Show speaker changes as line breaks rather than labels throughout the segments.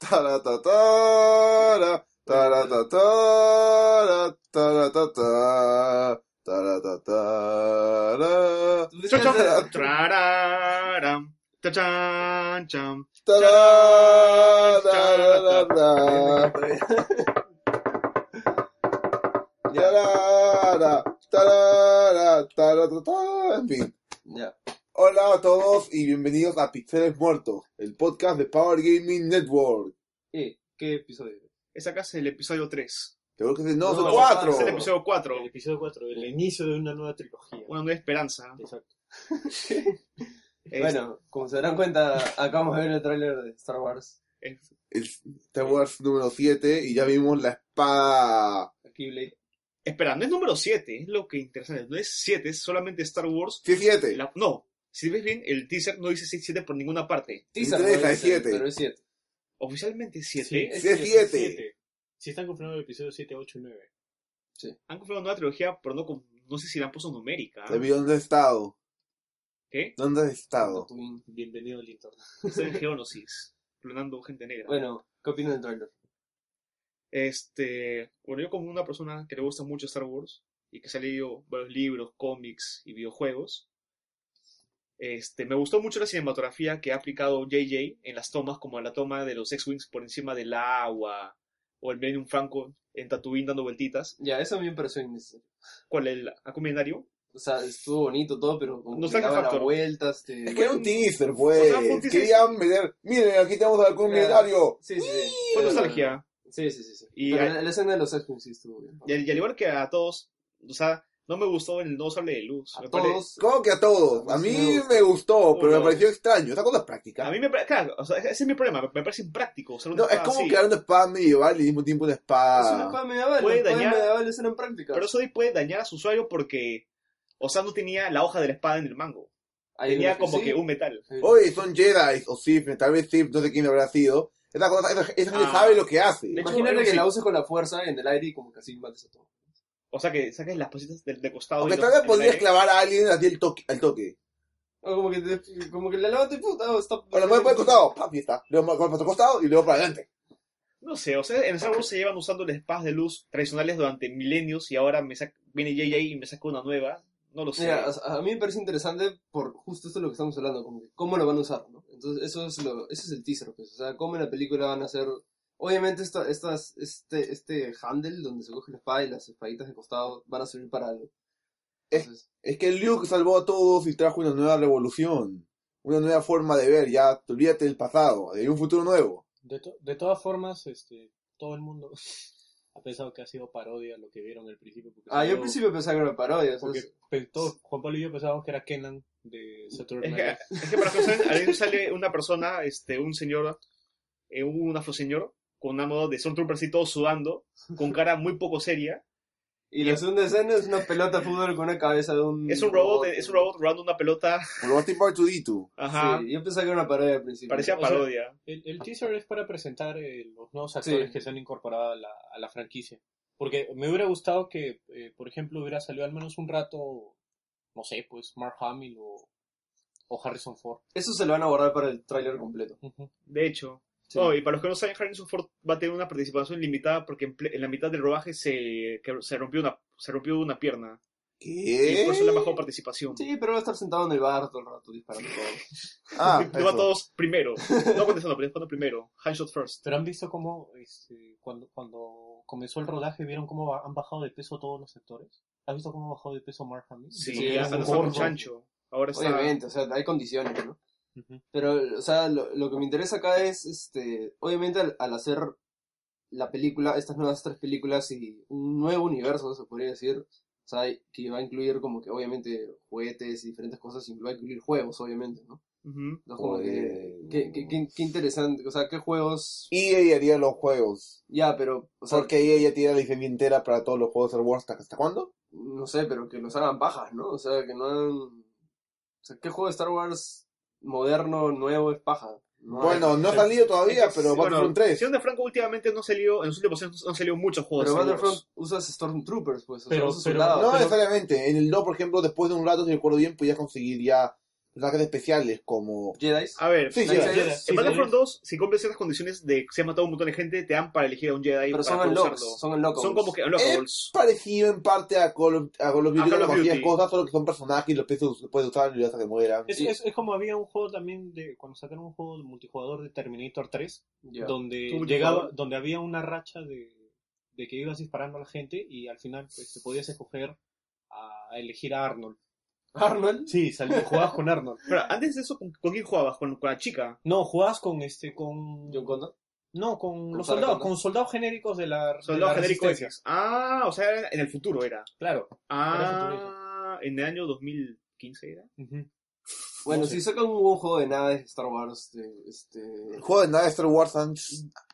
Taratatara, taratatara, taratatara, taratatá, taratatara,
Tú decías
Chon, chon.
de- Trararam, tachan, cham.
tarararara, tarara, tarara, taratatá, en fin.
Ya.
Hola a todos y bienvenidos a Pixeles Muertos, el podcast de Power Gaming Network.
Eh, ¿qué episodio?
Es acá es el episodio 3.
Creo que es el- no,
No,
son
no,
cuatro.
Es el
no,
episodio 4.
El episodio 4, el inicio de una nueva
Ah,
trilogía.
Una nueva esperanza.
Exacto.
Es-
Bueno, como se darán cuenta, acabamos de ver el tráiler de Star Wars.
es-
El Star Wars número 7 y ya vimos la espada.
Keyblade.
esperando, es número 7. Es lo que interesante. No es 7, es solamente Star Wars.
Sí, 7.
La- no, si ves bien, el teaser no dice 7 por ninguna parte.
Teaser,
Interesa,
no dice,
es siete.
Pero es 7.
Oficialmente es 7.
es
siete,
siete.
siete. Si están confirmando el episodio 7, 8 y 9.
Han confirmado una nueva trilogía, pero no, con- no sé si la han puesto numérica.
Te vi dónde has estado.
¿Qué?
¿Dónde has estado?
Bienvenido al internet.
Está en Geonosis, clonando gente negra.
Bueno, ¿qué opinan del tráiler?
Este, bueno, yo como una persona que le gusta mucho Star Wars y que se ha leído varios libros, cómics y videojuegos, este, me gustó mucho la cinematografía que ha aplicado JJ en las tomas, como la toma de los X-Wings por encima del agua, o el Millennium Franco en Tatooine dando vueltitas.
Ya, eso a mí me pareció innecesario.
¿Cuál el acumulario?
O sea, estuvo bonito todo, pero como
No
que
saca
daba la
factor.
vuelta, este...
Es que era un teaser, pues.
O sea, fue un teaser.
Querían meter. Miren, aquí tenemos algún
Claro.
comentario.
Sí, sí, sí.
Fue
Pero-
nostalgia.
Sí, sí, sí. sí.
Y
pero
hay-
la, la escena de los x sí estuvo bien.
Y al, y al igual que a todos, o sea, no me gustó el no sable de luz.
A
Me pare-
todos...
¿Cómo que a todos? A
A mí sí
mí
me
me gustó, pero me
No.
pareció extraño. Esa cosa es práctica.
A mí me parece, claro, o sea, ese es mi problema, me- me parece impráctico. usar una
No, es
espada
como
así.
crear una espada medieval y al mismo tiempo una espada.
Es una espada medieval,
Puede
las espadas
dañar-
medievales eran prácticas.
Pero eso ahí puede dañar a su usuario porque, o sea, no tenía la hoja de la espada en el mango.
Hay
Tenía
unos
como
sí,
que un metal.
hay unos-
Oye, son Jedi o Sith, tal vez Sith, no sé quién habrá sido. Esa, cosa, esa, esa gente
Ah.
sabe lo que hace.
De hecho,
Imagínate
algo
que
sí.
la uses con la fuerza en el aire y como que así mates a todo.
O sea, que saques las cositas del de costado.
Aunque
y los-
tal vez
en el
podrías
aire.
clavar a alguien así el toque, al toque.
O como que, te- como que la levanta y puta, oh, está...
O la
pues,
mueves para el costado, papi, está. Luego para el costado y luego para adelante.
No sé, o sea, en Star Wars se llevan usando las espadas de luz tradicionales durante milenios y ahora me sac- viene JJ y me saca una nueva. No lo sé.
Mira, a, a mí me parece interesante por justo esto de lo que estamos hablando, como que cómo lo van a usar, ¿no? Entonces, eso es lo, ese es el teaser, pues, o sea, cómo en la película van a hacer... Obviamente, esta, estas, este, este handle donde se coge la espada y las espaditas de costado van a servir para algo. Entonces,
Es que Luke salvó a todos y trajo una nueva revolución. Una nueva forma de ver, ya, te olvídate del pasado, hay un futuro nuevo.
De, to- de todas formas, este, todo el mundo ha pensado que ha sido parodia lo que vieron al principio. porque
ah, yo al
salió-
principio pues, pensaba que era una parodia, o sea,
porque
es-
pe- todos- Juan Pablo y yo pensábamos que era Kenan de Saturday
Es
Night.
que, es que para que ustedes, al inicio sale una persona, este, un señor, eh, un afroseñor, con una moda de Stormtrooper así todo sudando, con cara muy poco seria.
Y la segunda escena es una pelota de fútbol con una cabeza de un...
Es un robot, es un robot robando una pelota.
Por lo tipo R2D2.
Ajá.
Sí, yo pensaba que era una parodia al principio.
Parecía
O sea,
parodia.
El, el teaser es para presentar eh, los nuevos actores
Sí.
que se han incorporado a la, a la franquicia. Porque me hubiera gustado que, eh, por ejemplo, hubiera salido al menos un rato, no sé, pues Mark Hamill o, o Harrison Ford.
Eso se lo van a guardar para el tráiler completo.
Ujú.
De hecho.
Sí.
Oh, y para los que no saben, Harrison Ford va a tener una participación limitada porque en, ple- en la mitad del rodaje se, que- se, rompió, una, se rompió una pierna. Y
¿Qué?
por eso le bajó participación.
Sí, pero va a estar sentado en el bar todo el rato disparando todo.
Ah,
Le va a
eso.
todos primero. No contestando, pero contestando primero. Handshot first.
Pero han visto cómo, este, cuando, cuando comenzó el rodaje, vieron cómo ba- han bajado de peso todos los actores. ¿Has visto cómo ha bajado de peso Mark Hamill?
Sí,
Sí,
hasta
un
no estaba un
gordo.
chancho. Ahora está.
Obviamente, o sea, hay condiciones, ¿no?
Ujú.
Pero, o sea, lo, lo que me interesa acá es, este, obviamente al, al hacer la película, estas nuevas tres películas y un nuevo universo, se podría decir, o sea, que va a incluir como que, obviamente, juguetes y diferentes cosas, y va a incluir juegos, obviamente, ¿no?
Ujú.
Entonces, como que,
Juegos.
qué, qué- qué- qué interesante, o sea, qué juegos,
EA E haría los juegos.
ya, pero, o sea,
Porque EA ya tiene la licencia entera para todos los juegos de Star Wars. ¿Hasta, hasta cuándo?
no sé, pero que los hagan pajas, ¿no? O sea, que no hagan... O sea, ¿qué juego de Star Wars moderno, nuevo es paja? No hay.
bueno, no ha salido todavía,
Es que,
pero
sí, bueno,
Battlefront 3.
Siendo franco, últimamente no salió, en los últimos años no han salido muchos juegos.
Pero
de Star
Battlefront
Wars.
usas Stormtroopers, pues, o
Pero-
sea, usas
pero-
soldados.
No
pero-
necesariamente. En el 2, por ejemplo, después de un rato, si recuerdo bien, podías conseguir ya pues personajes especiales como...
Jedi.
A ver,
Sí,
en
sí,
Jedi.
sí,
sí,
Battlefront
sí.
2, si cumples ciertas condiciones de que se ha matado un montón de gente, te dan para elegir a un Jedi
Pero
para
son
poder
unlocks.
usarlo.
Son unlockables.
Son como que
Es
unlockables.
parecido en parte a Call of, a Call of Duty,
A Call of
con varias
Duty.
cosas, solo que son personajes y los puedes, puedes usar y hasta que mueran.
Es,
Sí.
es, es como había un juego también de cuando sacaron un juego de multijugador de Terminator 3,
Ya.
donde
¿Tú
llegaba,
multijugador?
donde había una racha de, de que ibas disparando a la gente y al final pues, te podías escoger a elegir a Arnold.
Arnold.
Sí, salí- jugabas con Arnold.
Pero antes de eso, ¿con, con quién jugabas? ¿Con, con la chica?
No, jugabas con este, con
John Connor.
no, con, los
Sarah
soldados,
Connor.
con soldados genéricos de la, de
Soldado
la
genérico
resistencia.
X. Ah, o sea, era en el futuro era.
Claro.
Ah, en el año 2015 era.
Ujú.
Bueno,
No sé.
si sacan un buen juego de naves de Star Wars, de, este...
El juego de nada de Star Wars han...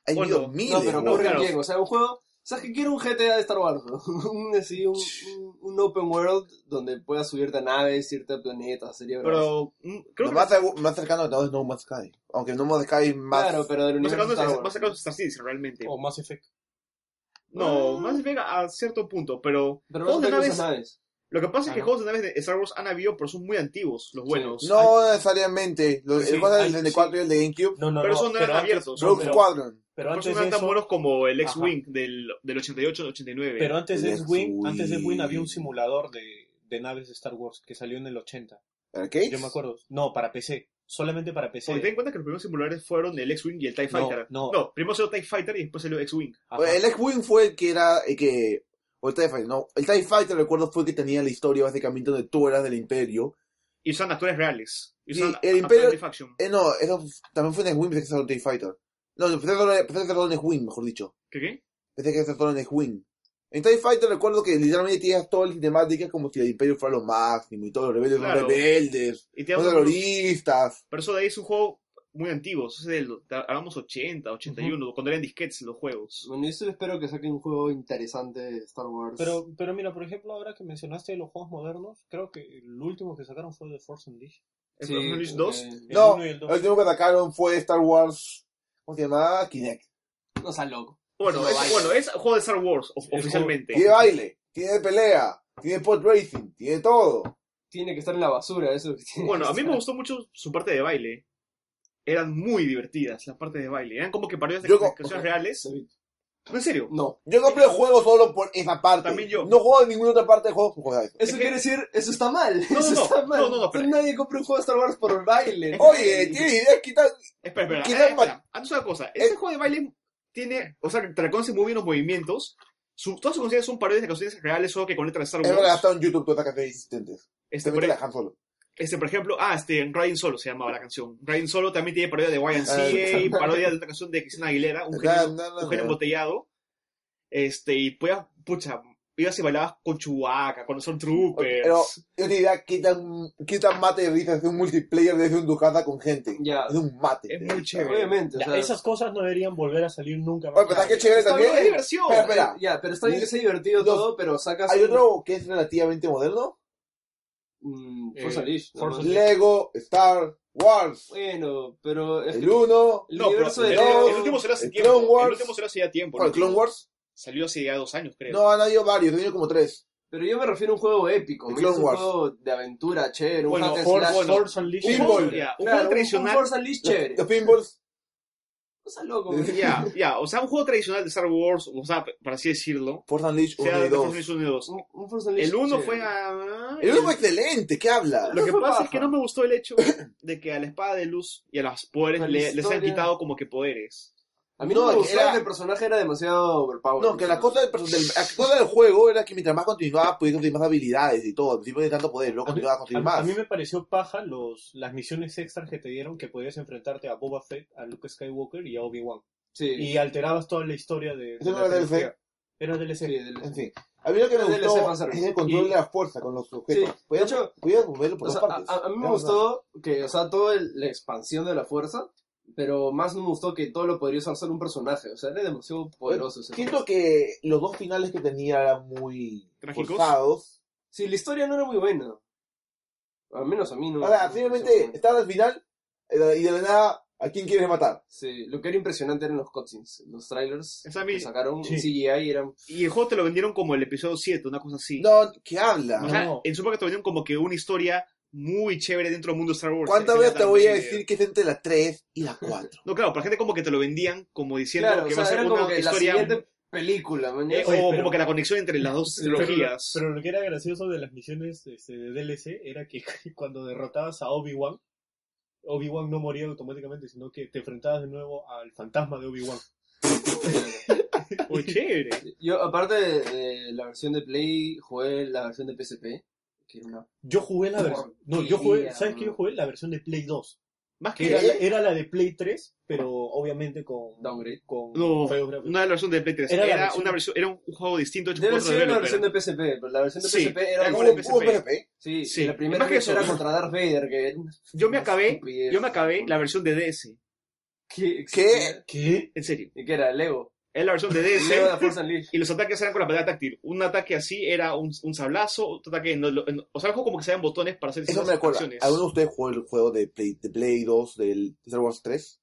Hay
Bueno,
habido
no,
miles,
No, pero
güey.
ocurre
claro.
bien, o sea, un juego... ¿Sabes que quiero un GTA de Star Wars? ¿no? un, así, un, un, un open world donde puedas subirte a naves, irte a planetas, sería bravazo.
Pero mm, creo
Lo
que
más, más cercano que todo es No Man's Sky. Aunque No Man's Sky es más...
Claro, pero del
más
universo
sacado
Star
es-
Wars.
más sacado es Star Citizen realmente.
O Mass Effect.
No,
Ah.
más llega a cierto punto, pero
Pero no
juegos de
te
naves,
naves. naves.
lo que pasa es que
Ah, no.
juegos de naves de Star Wars han habido, pero son muy antiguos, los buenos.
No necesariamente. Los-
Sí,
el juego del
hay-
64 y el de GameCube.
No, no,
Pero
no,
son eran
antes-
abiertos,
no,
Rogue
pero-
Squadron.
pero
Pero
antes
son
de
tan
eso-
buenos como el X-Wing
Ajá.
del, del 88 al 89.
Pero antes de
Lex
X-Wing, antes de X-Wing había un
Wing.
simulador de, de naves de Star Wars que salió en el 80.
¿Arcades?
Yo me acuerdo. No, para PC. Solamente para
Porque ten en
PC.
cuenta que los primeros simuladores fueron el X-Wing y el TIE
No,
Fighter.
no.
primero salió TIE Fighter y después salió X-Wing.
Ajá.
Pues, El X-Wing fue el que era... El que, o el TIE Fighter, no. El TIE Fighter, recuerdo, fue el que tenía la historia básicamente donde tú eras del Imperio.
Y usan actores reales. Y
Sí,
usan
el
actores
Imperio-
de faction.
Eh, no, eso f- también fue en X-Wing, pensé que solo en TIE E Fighter. No, no, pensé que solo- pensé que solo en X-Wing, mejor dicho.
¿Qué qué?
Pensé que solo en X-Wing. En TIE Fighter recuerdo que literalmente tienes todas las cinemáticas como si el Imperio fuera lo máximo y todos los rebeldes
Claro.
son rebeldes,
Y te
son
hablo-
terroristas.
Pero eso de ahí es un juego muy antiguo. Eso es del, hablamos 80, 81, cuando eran disquetes los juegos.
Bueno, yo solo espero que saquen un juego interesante de Star Wars.
Pero, pero mira, por ejemplo, ahora que mencionaste los juegos modernos, creo que el último que sacaron fue The Force Unleashed.
El
Sí,
Unleashed
eh,
2.
El
No,
uno y el
el,
dos.
último que sacaron fue Star Wars. ¿Cómo se llamaba? Kinect.
No seas loco.
Bueno,
Eso
es,
baila.
bueno, es juego de Star Wars of-
juego-
oficialmente.
Tiene baile, tiene pelea, tiene pod racing, tiene todo.
Tiene que estar en la basura, eso es lo que tiene
Bueno,
que
a mí
estar.
me gustó mucho su parte de baile. Eran muy divertidas las partes de baile. Eran como que parodias de
Yo co-
canciones reales. No, en serio.
No.
Yo compré el juego solo por esa parte.
También yo.
No juego en ninguna otra parte del juego. juego a eso.
Eso
Es que-
quiere decir, eso está mal.
No,
eso
no,
está
no,
mal.
no, no, pero-
Nadie compra un juego de Star Wars por baile.
Oye, tiene ideas quitar.
Espera, espera.
¿Qué
eh,
tal,
espera. Antes una
Eh,
cosa. Este juego de baile tiene. O sea, te reconoce muy bien los movimientos. Su- todas sus canciones son parodias de canciones reales, solo que conectan a Star
Es verdad,
Wars.
está en YouTube todas las canciones existentes.
Este,
Se
por,
mete la Han solo.
este, por ejemplo, ah, este, Riding Solo se llamaba la canción. Riding Solo también tiene parodia de
Ah,
YMCA, parodia de otra canción de Cristina Aguilera,
Na,
un género
na, na,
un género
na.
embotellado. Este, y pues, pucha, ibas y bailabas con Chewbacca, con son Troopers.
Pero yo te diría qué tan, qué tan mate de risa es un multiplayer desde un Ducata con gente.
Ya.
Es un mate.
Es
de
muy
risa.
chévere.
Obviamente, o
Ya,
sea,
esas cosas no deberían volver a salir nunca más.
Oye, pero ¿sabes qué chévere
Está bien,
también?
es diversión.
Espera, espera.
Ya, pero está bien que sea divertido
Los-
todo, pero sacas.
Hay
un-
otro que es relativamente moderno.
Mm,
Eh,
Force Unleashed, ¿no?
Force Unleashed.
Lego Star Wars.
Bueno, pero es
El
que
1.
el
No, pero
universo
el,
de
no,
el
Lego-
último salió hace
el
tiempo.
Clone Wars.
el último salió hace ya tiempo.
¿Cuál?
¿no?
¿Clone Wars?
Salió hace ya dos años, creo.
No, han habido varios. He tenido como tres.
Pero yo me refiero a un juego épico,
El
¿no?
Clone
Es un
Wars.
juego de aventura chévere, un
Bueno,
hack and
Force,
slash.
bueno,
Force Unleashed.
un
Pinball.
juego, ya, un
Claro,
juego
un- Un
tradicional.
Force Unleashed
Los-
chévere.
Los pinballs.
No seas loco,
Los-
man.
Ya, ya. O sea, un juego tradicional de Star Wars, o sea, para así decirlo.
Force Unleashed
Sea
1 y
de
2.
Force Unleashed 2.
Un, un Force Unleashed
El 1
chévere.
fue a...
El 1 fue excelente. ¿Qué habla?
Lo que
Fue
pasa
paja.
es que no me gustó el hecho de que a la espada de luz y a las poderes
La
le- les han
historia.
quitado como que poderes.
A mí no,
No,
me
que
gustaba
era-
que el personaje era demasiado overpowered.
No, que la cosa del, perso- del- la cosa del juego era que mientras más continuaba podías conseguir más habilidades y todo. Al principio de tanto poder, luego
A mí,
continuaba a conseguir
a- a
más.
mí me pareció paja los, las misiones extras que te dieron que podías enfrentarte a Boba Fett, a Luke Skywalker y a Obi-Wan.
Sí.
Y alterabas toda la historia de, de
Eso no
la
era DLC.
trilogía. Era DLC.
Sí, del-
En fin. A mí lo que me
El DLC
gustó
fanservice.
es el control
Y-
de la fuerza con los objetos.
Sí,
Podías-
de hecho,
podías moverlo por
o
dos
sea,
partes.
a, a- a mí me
Era
gustó que, o sea, toda el- la expansión de la fuerza, pero más me gustó que todo lo podría usar solo un personaje. O sea, era demasiado poderoso. ese
Siento que los dos finales que tenía eran muy
¿Trágicos?
forzados.
Sí, la historia no era muy buena. Al menos a mí no.
O sea,
no me
simplemente
pareció
estaba al final eh, y de la nada, ¿a quién quieres matar?
Sí, lo que era impresionante eran los cutscenes, los trailers
Esa a mí-
que sacaron
Sí.
en CGI eran...
Y el juego te lo vendieron como el episodio 7, una cosa así.
No, ¿qué habla?
O sea,
No.
en su época te vendieron como que una historia muy chévere dentro del mundo de Star Wars.
¿Cuántas
Era
veces te
tan
voy a
bella idea.
decir que es entre la 3 y la 4?
No, claro, para gente como que te lo vendían como diciendo
Claro,
que
o sea,
va a ser
era
una
como que la
historia...
siguiente película, man.
eh,
Oye,
o
pero-
como que la conexión entre las dos
Pero-
trilogías.
Pero lo que era gracioso de las misiones este, de DLC era que cuando derrotabas a Obi-Wan, Obi-Wan no moría automáticamente, sino que te enfrentabas de nuevo al fantasma de Obi-Wan.
Muy chévere.
Yo, aparte de, de la versión de Play, jugué la versión de PSP, que era una...
Yo jugué la versión. No, yo jugué.
Porquería,
¿Sabes qué?
bro.
Yo jugué la versión de Play 2.
Más
Que
que...
era, era la de Play 3, pero obviamente con.
Downgrade.
Con
No,
feos gráficos.
no era la versión de Play 3.
Era
Era,
la versión-
una versión, era un juego distinto hecho
Debe
por otro
ser la
developer.
versión de PSP, pero la versión de
Sí,
PSP era
era
como...
como- PSP.
¿Hubo PSP?
Sí,
sí.
la
Y más
primera
que
que
eso-
era contra Darth Vader, que era una
Yo me acabé,
estupidez.
yo me acabé la versión de DS.
¿Qué?
¿Qué?
¿Qué?
En serio.
¿Y qué era? Lego.
Era la versión de DS.
Lego de Force Unleashed.
Y los ataques eran con la pantalla táctil. Un ataque así era un, un sablazo, otro ataque... en- en- o sea, algo como que se dan botones para hacer
Eso
distintas
me acuerda.
acciones.
¿Alguno de ustedes jugó el juego de Play, de Play 2 del Star Wars 3?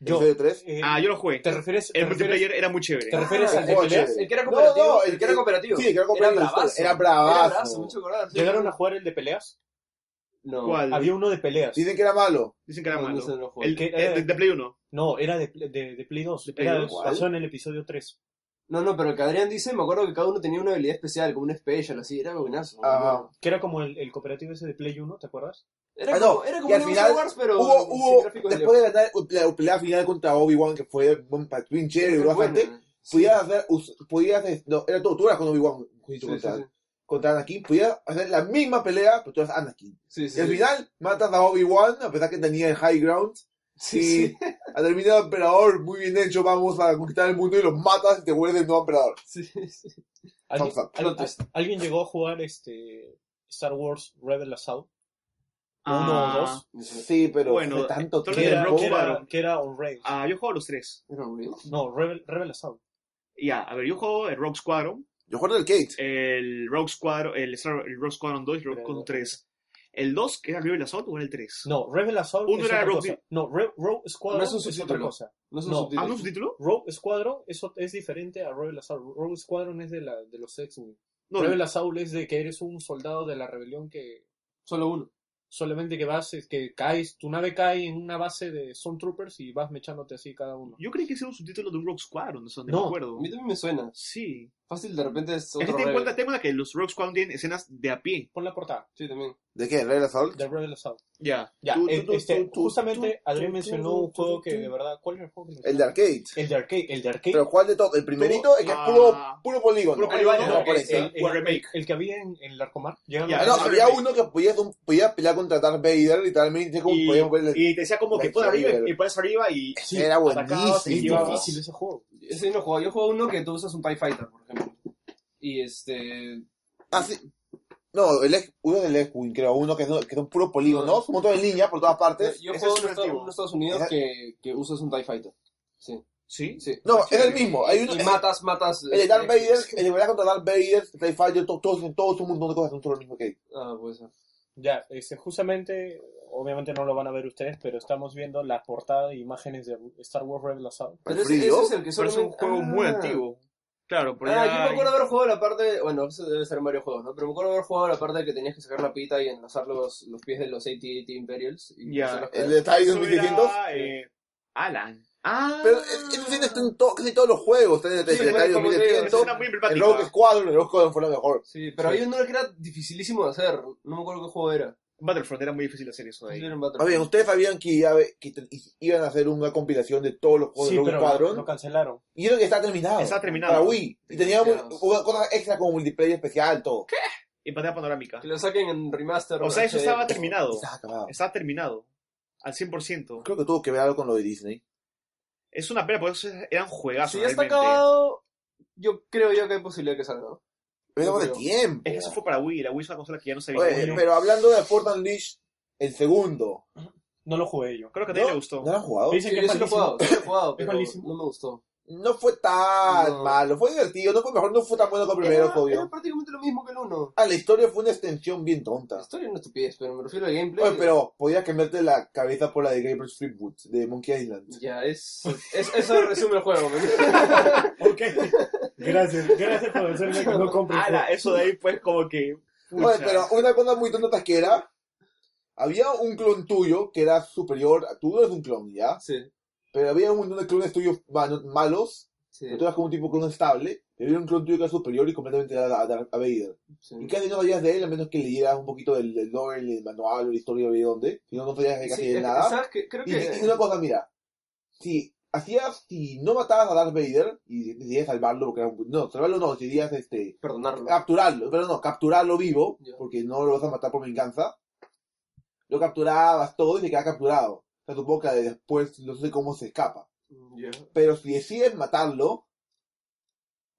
Yo.
¿Episodio 3?
eh,
Ah, yo lo jugué.
¿Te refieres, te
El
refieres,
multiplayer era muy chévere.
te refieres
Ah,
al de
oye.
peleas?
El que era
No,
cooperativo.
no,
el, que era cooperativo.
Sí, que era
Era
cooperativo.
bravazo.
Era
Era
bravazo.
bravazo, mucho acordar. sí.
¿Llegaron a jugar el de peleas?
No.
¿Cuál?
Había uno de peleas.
Dicen que era malo.
Dicen que era
No, no
malo.
se lo jugué.
el,
¿Qué?
el de- de Play 1.
No, era de, de, de Play 2.
¿De Play
Era-
2?
Pasó en el episodio 3.
No, no, pero el que Adrián dice, me acuerdo que cada uno tenía una habilidad especial, como un special, así, era buenazo. me
Ajá.
acuerdo.
Que era como el, el cooperativo ese de Play 1, ¿te acuerdas?
Era
Ah,
como,
no,
era
y
como
al
un
final
Star Wars, pero
hubo,
sin
hubo,
gráficos de
después de ganar la, la pelea final contra Obi-Wan, que fue un bien chévere
Lego.
y bastante,
Buena.
podías hacer, us- podías, hacer- no, era todo, tú eras con Obi-Wan,
Sí,
junto
sí,
contra,
sí.
contra Anakin, podías hacer la misma pelea, pero tú eras Anakin.
Sí, sí,
Y al
sí.
final matas a Obi-Wan, a pesar que tenía el high ground,
Sí,
y
sí.
al terminar el emperador, muy bien hecho, vamos a conquistar el mundo y los matas y te vuelves el nuevo emperador.
Sí, sí.
¿Alguien,
Fun fact.
alguien-
Plot twist.
alguien llegó a jugar este Star Wars Rebel Assault?
Ah.
¿Uno o dos?
Sí, pero
Bueno,
hace tanto
entonces
Que era,
Rogue
que
tiempo.
era-
Baron.
que era on rails.
Ah, yo juego los tres.
Era horrible.
No, Rebel, Rebel Assault.
Ya, a ver, yo juego el Rogue Squadron,
Yo juego el Cage.
el Rogue Squadron, el, Star- el Rogue Squadron 2 y Rogue
Pero-
Squadron 3. ¿El 2, que era el Rebel Assault, o era el 3?
No, Rebel Assault
Uno
es
era
otra
Rogue
cosa.
Di-
No, Re- Rogue Squadron
No es un
es otra
subtítulo.
cosa.
No son
¿Ah,
No.
no
subtítulos.
su título?
Rogue Squadron es, ot- es diferente a Rebel Assault. Rogue Squadron es de, la, de los X-Wing.
No,
Rebel Assault es de que eres un soldado de la rebelión que
Solo uno.
solamente que vas, es que caes, tu nave cae en una base de Stormtroopers y vas mechándote así cada uno.
yo creí que ese era un subtítulo de un Rogue Squadron, eso no
No,
me
A
acuerdo.
mí también me suena.
Sí.
Fácil, de repente es
Es que
otro
ten en cuenta el
Rebel.
tema de que los Rogue Squadron tienen escenas de a pie.
Pon la portada
Sí, también.
¿De qué? ¿Red Assault?
de Rebel Assault.
Ya.
Ya,
Tú, tú,
eh,
tú,
este,
tú, tú,
justamente
tú,
Adrián
tú,
mencionó
tú, tú,
un juego
tú,
que
tú.
de verdad, ¿cuál era el juego? que
El de
mencionaste?
Arcade.
El de arcade, el de arcade.
Pero ¿cuál de todo? El primerito, el que es puro,
Ah.
puro polígono.
Puro
Ahí
polígono, Eh,
va,
no,
no,
el-
aparece.
el-
el,
o remake.
el que había en, en Larcomar. Llegan
Ya,
Ah,
los-
no,
ese
había
remake.
uno que podías, podías pelear contra Darth Vader, literalmente, como
Y,
podías mover el-
y te decía como que
Black
pon arriba
Saber.
y pones arriba y
Sí,
Era
atacabas, te
es
buenísimo.
esquivabas.
difícil ese juego.
Ese no juego. Yo juego uno que tú usas un TIE Fighter, por ejemplo. Y este.
Ah, sí. No, el ex- uno del X-Wing, creo, uno que, es- que son puro polígono,
No.
como todo en línea, por todas partes.
Yo
ese
juego
es
uno en Estados-
creativo.
uno en Estados Unidos
Ese-
que, que usas un TIE Fighter. Sí,
¿Sí?
sí.
No, es el mismo. Hay uno,
Y matas, matas.
el de Darth
este,
Vader, el de verdad contra Darth Vader, Tie Fighter, to- todos, todos un montón de cosas, son solo el mismo que
Ah, puede ser.
Ya, este, justamente, obviamente no lo van a ver ustedes, pero estamos viendo la portada de imágenes de Star Wars Rebel Assault.
Pero ese,
frío?
ese es el
Pero
que
es un
solamente-
juego muy
Ah.
antiguo. Claro, por
Ah,
allá
yo me
hay-
acuerdo haber jugado la parte. Bueno, eso debe ser en varios juegos, ¿no? Pero me acuerdo haber jugado la parte que tenías que sacar la pita y enlazar los, los pies de los AT-AT Imperials. Y
Ya,
hacerlos
El
caer.
de Tie
Eso
2600.
era, eh, Alan. Ah,
Pero eso sí está en to- casi todos los juegos, está en el
Sí,
de
bueno,
Tie
como te digo,
es
2600.
una muy
El
emblemática.
Rogue Squadron, el Rogue Squadron fue lo mejor.
Sí, pero
Sí.
había uno que era dificilísimo de hacer. No me acuerdo qué juego era.
Battlefront era muy difícil hacer eso de
Sí,
ahí.
era en
Más bien,
Battlefield.
ustedes sabían que, iba a haber- que te- iban a hacer una compilación de todos los juegos
Sí,
de Rogue
pero lo,
Squadron.
lo cancelaron.
Y eso que está terminado.
Estaba terminado.
Para Wii. Y tenía mu-
Demasiados.
hubo cosas extra como multiplayer especial, todo.
En pantalla panorámica.
Que lo saquen en remaster.
O sea, eso
HD.
estaba terminado.
Estaba acabado.
Estaba terminado. Al 100%.
Creo que tuvo que ver algo con lo de Disney.
Es una pena, por eso eran juegazos.
Si ya está
realmente.
acabado, yo creo yo que hay posibilidad que salga. ¿no?
Pero
No
hace
creo.
tiempo.
Es que eso fue para Wii. La Wii es una consola que ya no se
Oye,
veía.
Wii U.
pero hablando de Fort Unleashed, el segundo.
No lo jugué yo.
Creo que a ti
¿No,
le gustó.
¿No lo han jugado?
Dicen
Sí,
que
yo
es
sí lo he
malísimo.
jugado, sí lo he jugado, pero
malísimo.
no me gustó.
No fue tan
No.
malo, fue divertido, no fue mejor, no fue tan bueno como el primero,
Era, era
obvio.
prácticamente lo mismo que el uno.
Ah, la historia fue una extensión bien
La
tonta.
historia no es una estupidez, pero me refiero al gameplay.
Oye, pero podías cambiarte la cabeza por la de Gabriel Flipwood, de Monkey Island.
Ya, es, es- eso resume el juego. man.
Ok. Ah, Gracias, gracias por decirme que no compro el
Ala,
juego.
eso de ahí pues como que...
Oye,
pucha.
pero una cosa muy tonta tasquera Había un clon tuyo que era superior, a- tú no eres un clon, ¿ya?
Sí,
Pero había un montón de clones tuyos mano- malos,
sí.
que tú eras como un tipo clon estable, y había un clon tuyo que era superior y completamente a, a, a Vader.
sí.
Y casi no sabías de él, a menos que leyeras un poquito del, del novel, el manual, la historia, de dónde, si no, no sabías de casi
Sí,
de
eh,
nada.
¿Sabes qué? Creo
Y, y
que.
una cosa, mira, si hacías, si no matabas a Darth Vader y decidías salvarlo, porque era un- no, salvarlo no, decidías este,
Perdonarlo.
capturarlo, pero no, capturarlo vivo,
Ya.
porque no lo vas a matar por venganza, lo capturabas todo y se quedaba capturado. O sea, supongo que después no sé cómo se escapa.
Ya.
Pero si decides matarlo,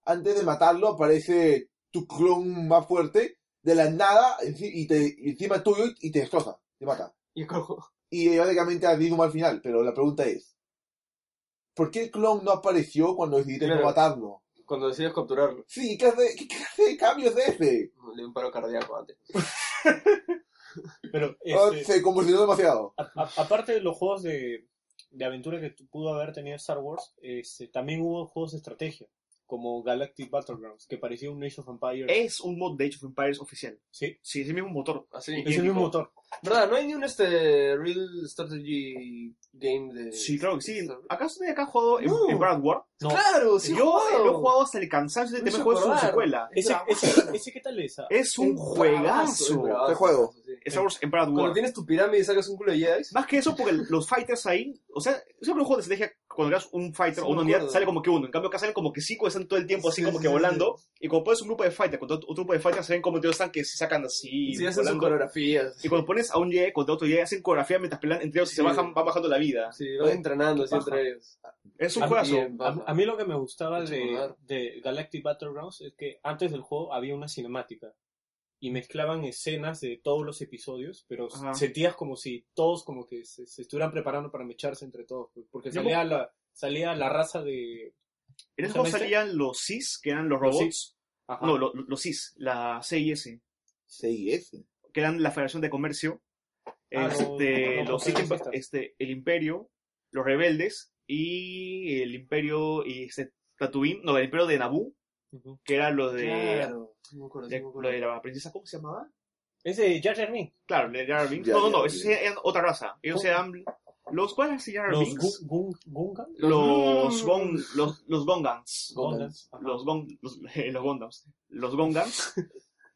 antes de matarlo aparece tu clon más fuerte, de la nada, enci- y te, y encima tuyo y te destroza, te mata.
Y cojo.
Y eh, básicamente ha habido un mal final, pero la pregunta es: ¿por qué el clon no apareció cuando decidiste no
Claro.
matarlo?
Cuando decides capturarlo,
Sí, ¿qué hace, qué, qué hace de cambio es ese?
le dio un paro cardíaco antes.
Pero
Ah,
este,
se convulsionó demasiado.
a- a- aparte de los juegos de, de aventura que tu- pudo haber tenido Star Wars, este, también hubo juegos de estrategia, como Galactic Battlegrounds, que parecía un Age of Empires.
Es un mod de Age of Empires oficial.
Sí,
Sí, es el mismo motor.
Así.
es el mismo motor.
¿Verdad? ¿No hay ni un este Real Strategy Game de.
Sí, claro que sí. ¿Acaso nadie acá ha jugado en,
No.
en Brad War?
No.
Claro, sí.
Yo
he
yo
jugado.
he jugado hasta el cansancio de
Me
me
hizo
juego su
acordar.
secuela.
Ese, ese, ese, ¿qué tal es? Ah,
Es un
bravazo,
juegazo.
es bravazo,
¿Qué juego?
sí.
Star Wars en Brad
Cuando
War.
tienes tu pirámide y sacas un culo de Jedi.
Más que eso, porque los fighters ahí, o sea, siempre un juego de estrategia, cuando creas un
Sí,
fighter o
me
una unidad,
acuerdo.
sale como que uno. En cambio, acá salen como que cinco, están todo el tiempo así
Sí,
como
sí,
que
sí,
volando. Y cuando pones un grupo de fighters contra otro grupo de fighters, se ven como ellos están que se sacan así.
Y sí, hacen sus
volando.
coreografías.
Y cuando pones a un Jedi contra otro Jedi, hacen coreografía mientras pelean entre ellos y se
Sí.
bajan, van bajando la vida.
Sí, van entrenando así
Baja.
entre ellos.
Es un
Ah,
juegazo.
Bien,
A,
baja.
a mí lo que me gustaba
Mucho
de,
mejor.
de Galactic Battlegrounds es que antes del juego había una cinemática y mezclaban escenas de todos los episodios, pero s-
Ajá.
sentías como si todos como que se, se estuvieran preparando para mecharse entre todos, pues, porque
Yo
salía la, salía la raza de...
En ese
¿Cómo
juego
se llama
salían los CIS, que eran los
Los
robots.
Ajá.
Ah.
No, lo- lo- los CIS, la CIS,
Sí, ese.
que eran la Federación de Comercio.
Ah, los-
este,
los
los CIS, que-
contrabandistas.
este, el Imperio, los rebeldes y el Imperio y este, Tatooine, no, el Imperio de Naboo,
Ujú.
que eran los de,
Claro. sí me acuerdo, sí
de-
me
lo
acuerdo.
de la princesa, ¿cómo se llamaba?
Es de Jar Jar Binks.
Claro, de Jar Jar Binks.
Ya,
No, no,
ya,
no,
ya.
esos eran otra raza.
Oh.
Ellos eran los cuáles eran Jar Jar
Los
Binks,
Gun- Gun- Gungan.
los
Mm.
Gon- los los Gongans.
Gongans.
Gongans.
Ajá.
los, Gon, los, eh, los Gondams, los Gongans,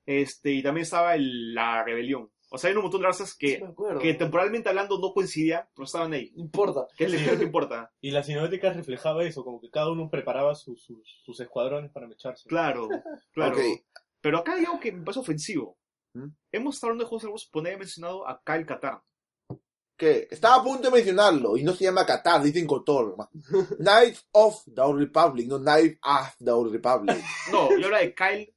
este, y también estaba el- la rebelión. O sea, hay un montón de razas
Sí
que,
me acuerdo.
que temporalmente hablando no coincidían, pero estaban ahí.
No importa.
¿Qué es lo que creo que importa?
Y la cinemática reflejaba eso, como que cada uno preparaba sus- sus- sus escuadrones para mecharse.
Claro, claro.
Ok.
Pero acá hay algo que me parece ofensivo.
¿Mm?
Hemos estado hablando de juegos de Star Wars, por nadie ha mencionado a Kyle Katarn.
Que estaba a punto de mencionarlo, y no se llama Qatar, dicen Cotor. ma. Knife of the Old Republic, no Knife of the Old Republic.
No, yo hablo de Kyle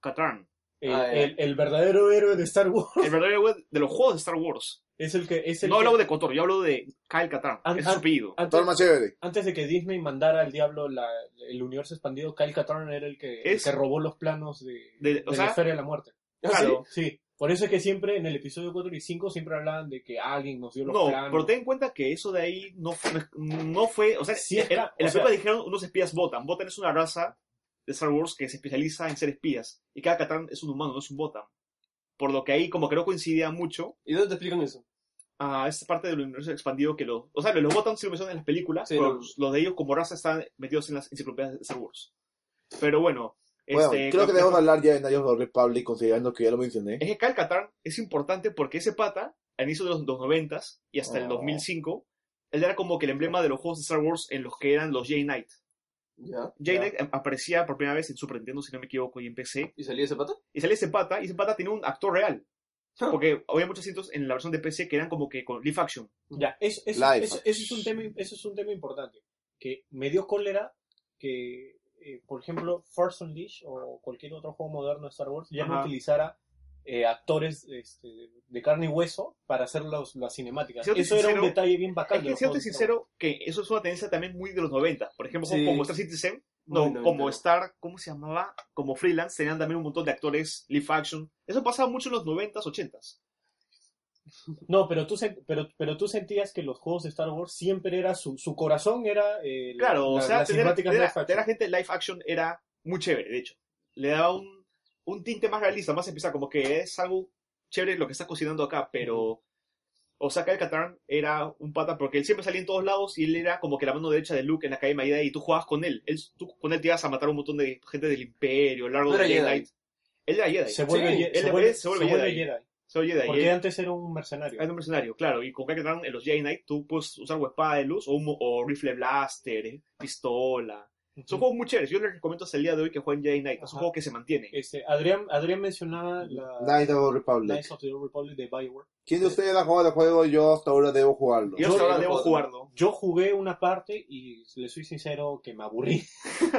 Katarn.
El,
Ah, ya.
el- el verdadero héroe de Star Wars
El verdadero héroe de los juegos de Star Wars.
es el que... Es el
No
que-
hablo de Kotor, yo hablo de Kyle Katarn.
Ah,
Ese es
ah.
su apellido.
Todo
antes,
lo más chévere.
antes de que Disney mandara al diablo la- el universo expandido, Kyle Katarn era el que, el
Es-
que robó los planos de,
de- o
de
sea,
la Feria de la Muerte.
Claro.
Sí, por eso es que siempre en el episodio 4 y 5 siempre hablaban de que alguien nos dio los
No,
planos.
pero ten en cuenta que eso de ahí no, no, no fue. O sea,
Sí, es
era- en
que- o
la
sea-
película dijeron unos espías Botan. Botan es una raza de Star Wars que se especializa en ser espías. Y cada Catán es un humano, no es un Botan. Por lo que ahí, como que no coincidía mucho
¿Y dónde te explican eso?
a esta parte del universo expandido que los. O sea, los Botan sí lo mencionan en las películas,
Sí,
pero
no.
los, los de ellos como raza están metidos en las enciclopedias de Star Wars. Pero bueno.
Bueno,
este,
creo que debemos hablar ya de Knife of the Old Republic, considerando que ya lo mencioné.
es que Kyle Katarn es importante porque ese pata, al inicio de los, los 90 y hasta el
Oh.
2005, él era como que el emblema de los juegos de Star Wars en los que eran los Jay Knight.
Ya.
Jay
Ya.
Knight em- aparecía por primera vez en Super Nintendo, si no me equivoco, y en PC.
¿Y salía ese pato?
Y sale ese pata, y ese pata tiene un actor real.
Huh.
Porque había muchos sitios en la versión de PC que eran como que con live action.
Ya, eso, eso-
Live.
eso- eso es un tema, eso es un tema importante. Que me dio cólera que, eh, por ejemplo, Force Unleashed o cualquier otro juego moderno de Star Wars ya no
Ajá.
utilizara eh, actores este, de carne y hueso para hacer los- las cinemáticas.
Siéndote
eso era
sincero,
un detalle bien bacán.
es
de
que,
los
siéndote
juegos de Star Wars.
sincero, que eso es una tendencia también muy de los 90. Por ejemplo,
Sí.
como Star Citizen, no,
Muy noventero.
como Star, ¿cómo se llamaba? Como Freelance, tenían también un montón de actores live action. Eso pasaba mucho en los 90s, 80s.
No, pero tú, sen- pero, pero tú sentías que los juegos de Star Wars siempre era su, su corazón era eh, la-
Claro, o
la-
sea,
las
tener,
cinemáticas
tener-
live action.
tener a gente live action era muy chévere, de hecho. Le daba un, un tinte más realista, más empieza como que es algo chévere lo que está cocinando acá, pero Osaka Alcatarn era un pata porque él siempre salía en todos lados y él era como que la mano derecha de Luke en la calle Maida y tú jugabas con él. él tú con él te ibas a matar a un montón de gente del Imperio, largo
No
de
era Jedi.
Jedi. Él era Jedi.
Se vuelve,
Sí,
Ye-
él
se
le-
vuelve,
se vuelve
se vuelve
Jedi.
Jedi.
Soy Jedi.
Porque
y él-
antes era un mercenario.
era un mercenario, claro. Y con Alcatarn en los Jedi Knight tú puedes usar o espada de luz o, un mo- o rifle blaster, eh, pistola. Son
Ujú.
juegos muy chéveres. Yo les recomiendo hasta el día de hoy que jueguen Jedi Knight. Es
Ajá.
un juego que se mantiene.
Este, Adrián, Adrián mencionaba la
Night of the Republic.
Ah, Knights of the Old Republic de Bioware.
¿Quién de ustedes ha jugado el juego? Yo hasta ahora debo jugarlo.
Yo
Yo
hasta ahora
lo
debo
puedo-
jugarlo.
Yo jugué una parte y le soy sincero que me aburrí.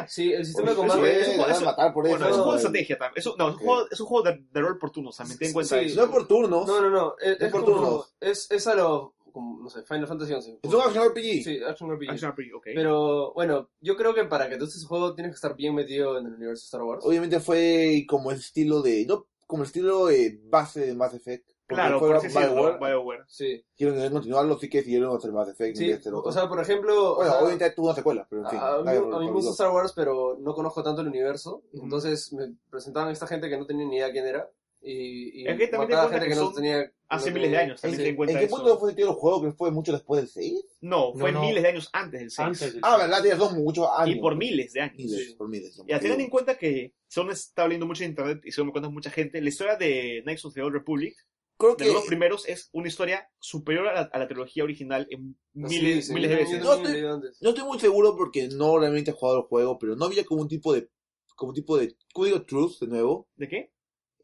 Sí, el sistema
Oye,
de
eso
combate.
es-
es-
la van a
eso-
matar por
Bueno,
eso.
es un juego de
el-
estrategia también. Eso, no, es un
Ok.
juego, es un juego de, de rol por turnos también. Ten en cuenta
Sí,
eso.
No por turnos.
No, no, no. Es,
No
es
por
como.
turnos.
Es, es a lo. Como, no sé, Final Fantasy XI.
Es un action RPG.
Sí, Action RPG.
Action RPG, ok.
Pero bueno, yo creo que para que tú estés juego tienes que estar bien metido en el universo de Star Wars.
Obviamente fue como el estilo de. No, como el estilo de base de Mass Effect. Porque
claro,
fue
por así decirlo,
Bioware.
BioWare.
Sí.
Quieren querer continuarlo, así que siguieron hacer Mass Effect. en
Sí,
vez de hacer
o
otro.
sea, por ejemplo, o
bueno,
sea,
obviamente tuvo una secuela, pero en fin.
a, a mí,
nadie
a
lo
mí me
olvidó.
gusta Star Wars, pero no conozco tanto el universo.
Ujú.
Entonces me presentaban a esta gente que no tenía ni idea quién era. Y, y
Es que también
mataba
ten en cuenta
gente
que
que no
son
tenía. que
hace
no
miles de
tenía-
años, también
Sí.
ten en
¿En
cuenta
qué
eso.
punto fue sentido el juego? ¿Que fue mucho después del 6?
No, fue
No, no.
miles de años antes del 6.
Antes del
Ah,
seis.
verdad, tienes dos muchos años.
y por miles de años.
Miles,
Sí.
por miles.
Y tengan en
Porque-
cuenta que son está hablando mucho en internet y según me cuenta mucha gente, la historia de Knights of the Old Republic,
Creo
de los dos
que.
primeros, es una historia superior a la, a la trilogía original en
Así,
miles,
sí,
miles de
yo
veces.
también
No, estoy-
leí antes.
No estoy muy seguro porque no realmente he jugado el juego, pero no había como un tipo de. Como un tipo de código truth de nuevo.
¿De qué?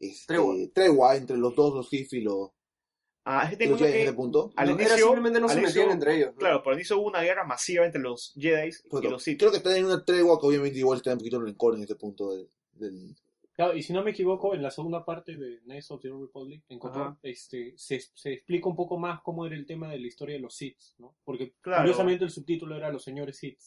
Este,
Tregua.
tregua entre los dos, los Sith y los.
Ah, es que ten en
los
cuenta
Jedi en ese
que,
punto.
al
No,
inicio-
era simplemente no
al
se
inicio-
metían entre ellos. ¿no?
claro, por inicio hubo una guerra masiva entre los Jedi y
Pero
los
Pues
Sith.
Creo que están en una tregua que obviamente igual está un poquito en rencor en ese punto del. del-
Claro, y si no me equivoco, en la segunda parte de Knights of the Old Republic, en Kotor,
Ajá.
este, se, se explica un poco más cómo era el tema de la historia de los Sith, ¿no? Porque
Claro.
curiosamente el subtítulo era Los Señores Sith.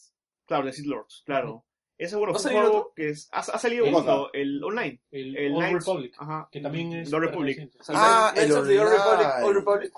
Claro, de Sith Lords, claro. Ese bueno,
¿Va a
fue un
salir
juego
otro?
que es, ha, ha salido
¿El
uno,
Gotha?
el online.
El,
El
Old
Knights-
Republic,
Ajá.
que también es...
The Republic.
perteneciente.
O sea,
Ah,
Knights
el
of the Old Republic,
online.
Old Republic.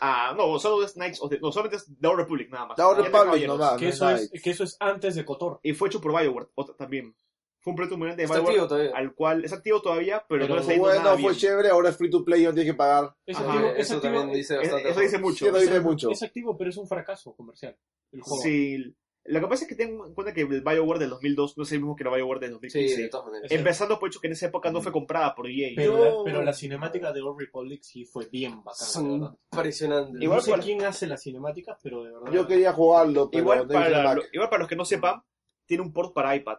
Ah, no, solo es Knights of the... No, solamente es The Old Republic, nada más.
La Old
Ah, Ya no hay
Republic
caballeros.
nomás,
Que
no es
eso es,
Ah, Knights.
que eso es antes de Kotor.
Y fue hecho por Bioware otra- también. Fue un proyecto muy grande de
Está
Bioware,
activo todavía.
al cual es activo todavía, pero, no
Pero
le está yendo
Bueno,
nada
fue
bien.
chévere, ahora es free to play, ya no tienes que pagar.
Es
Ajá.
activo,
Eh,
es
Eso
activo-
también dice
Es-
bastante.
Eso dice
Sí,
mucho.
lo dice mucho.
es activo, pero es un fracaso comercial. El juego.
Sí. Lo que pasa es que tengo en cuenta que el Bioware del 2002 no es el mismo que el Bioware del
Sí, de
2015.
todas maneras.
Es-
Empezando por hecho que en esa época no fue comprada por E EA.
Pero,
Yo-
la, pero la cinemática de Old Republic sí fue bien bacana, de verdad.
Son impresionantes.
Igual
no sé
para-
quién hace las cinemáticas, pero de verdad.
Yo quería jugarlo, pero
Igual
no hice la
para,
Mac.
lo- igual para los que no sepan, tiene un port para iPad.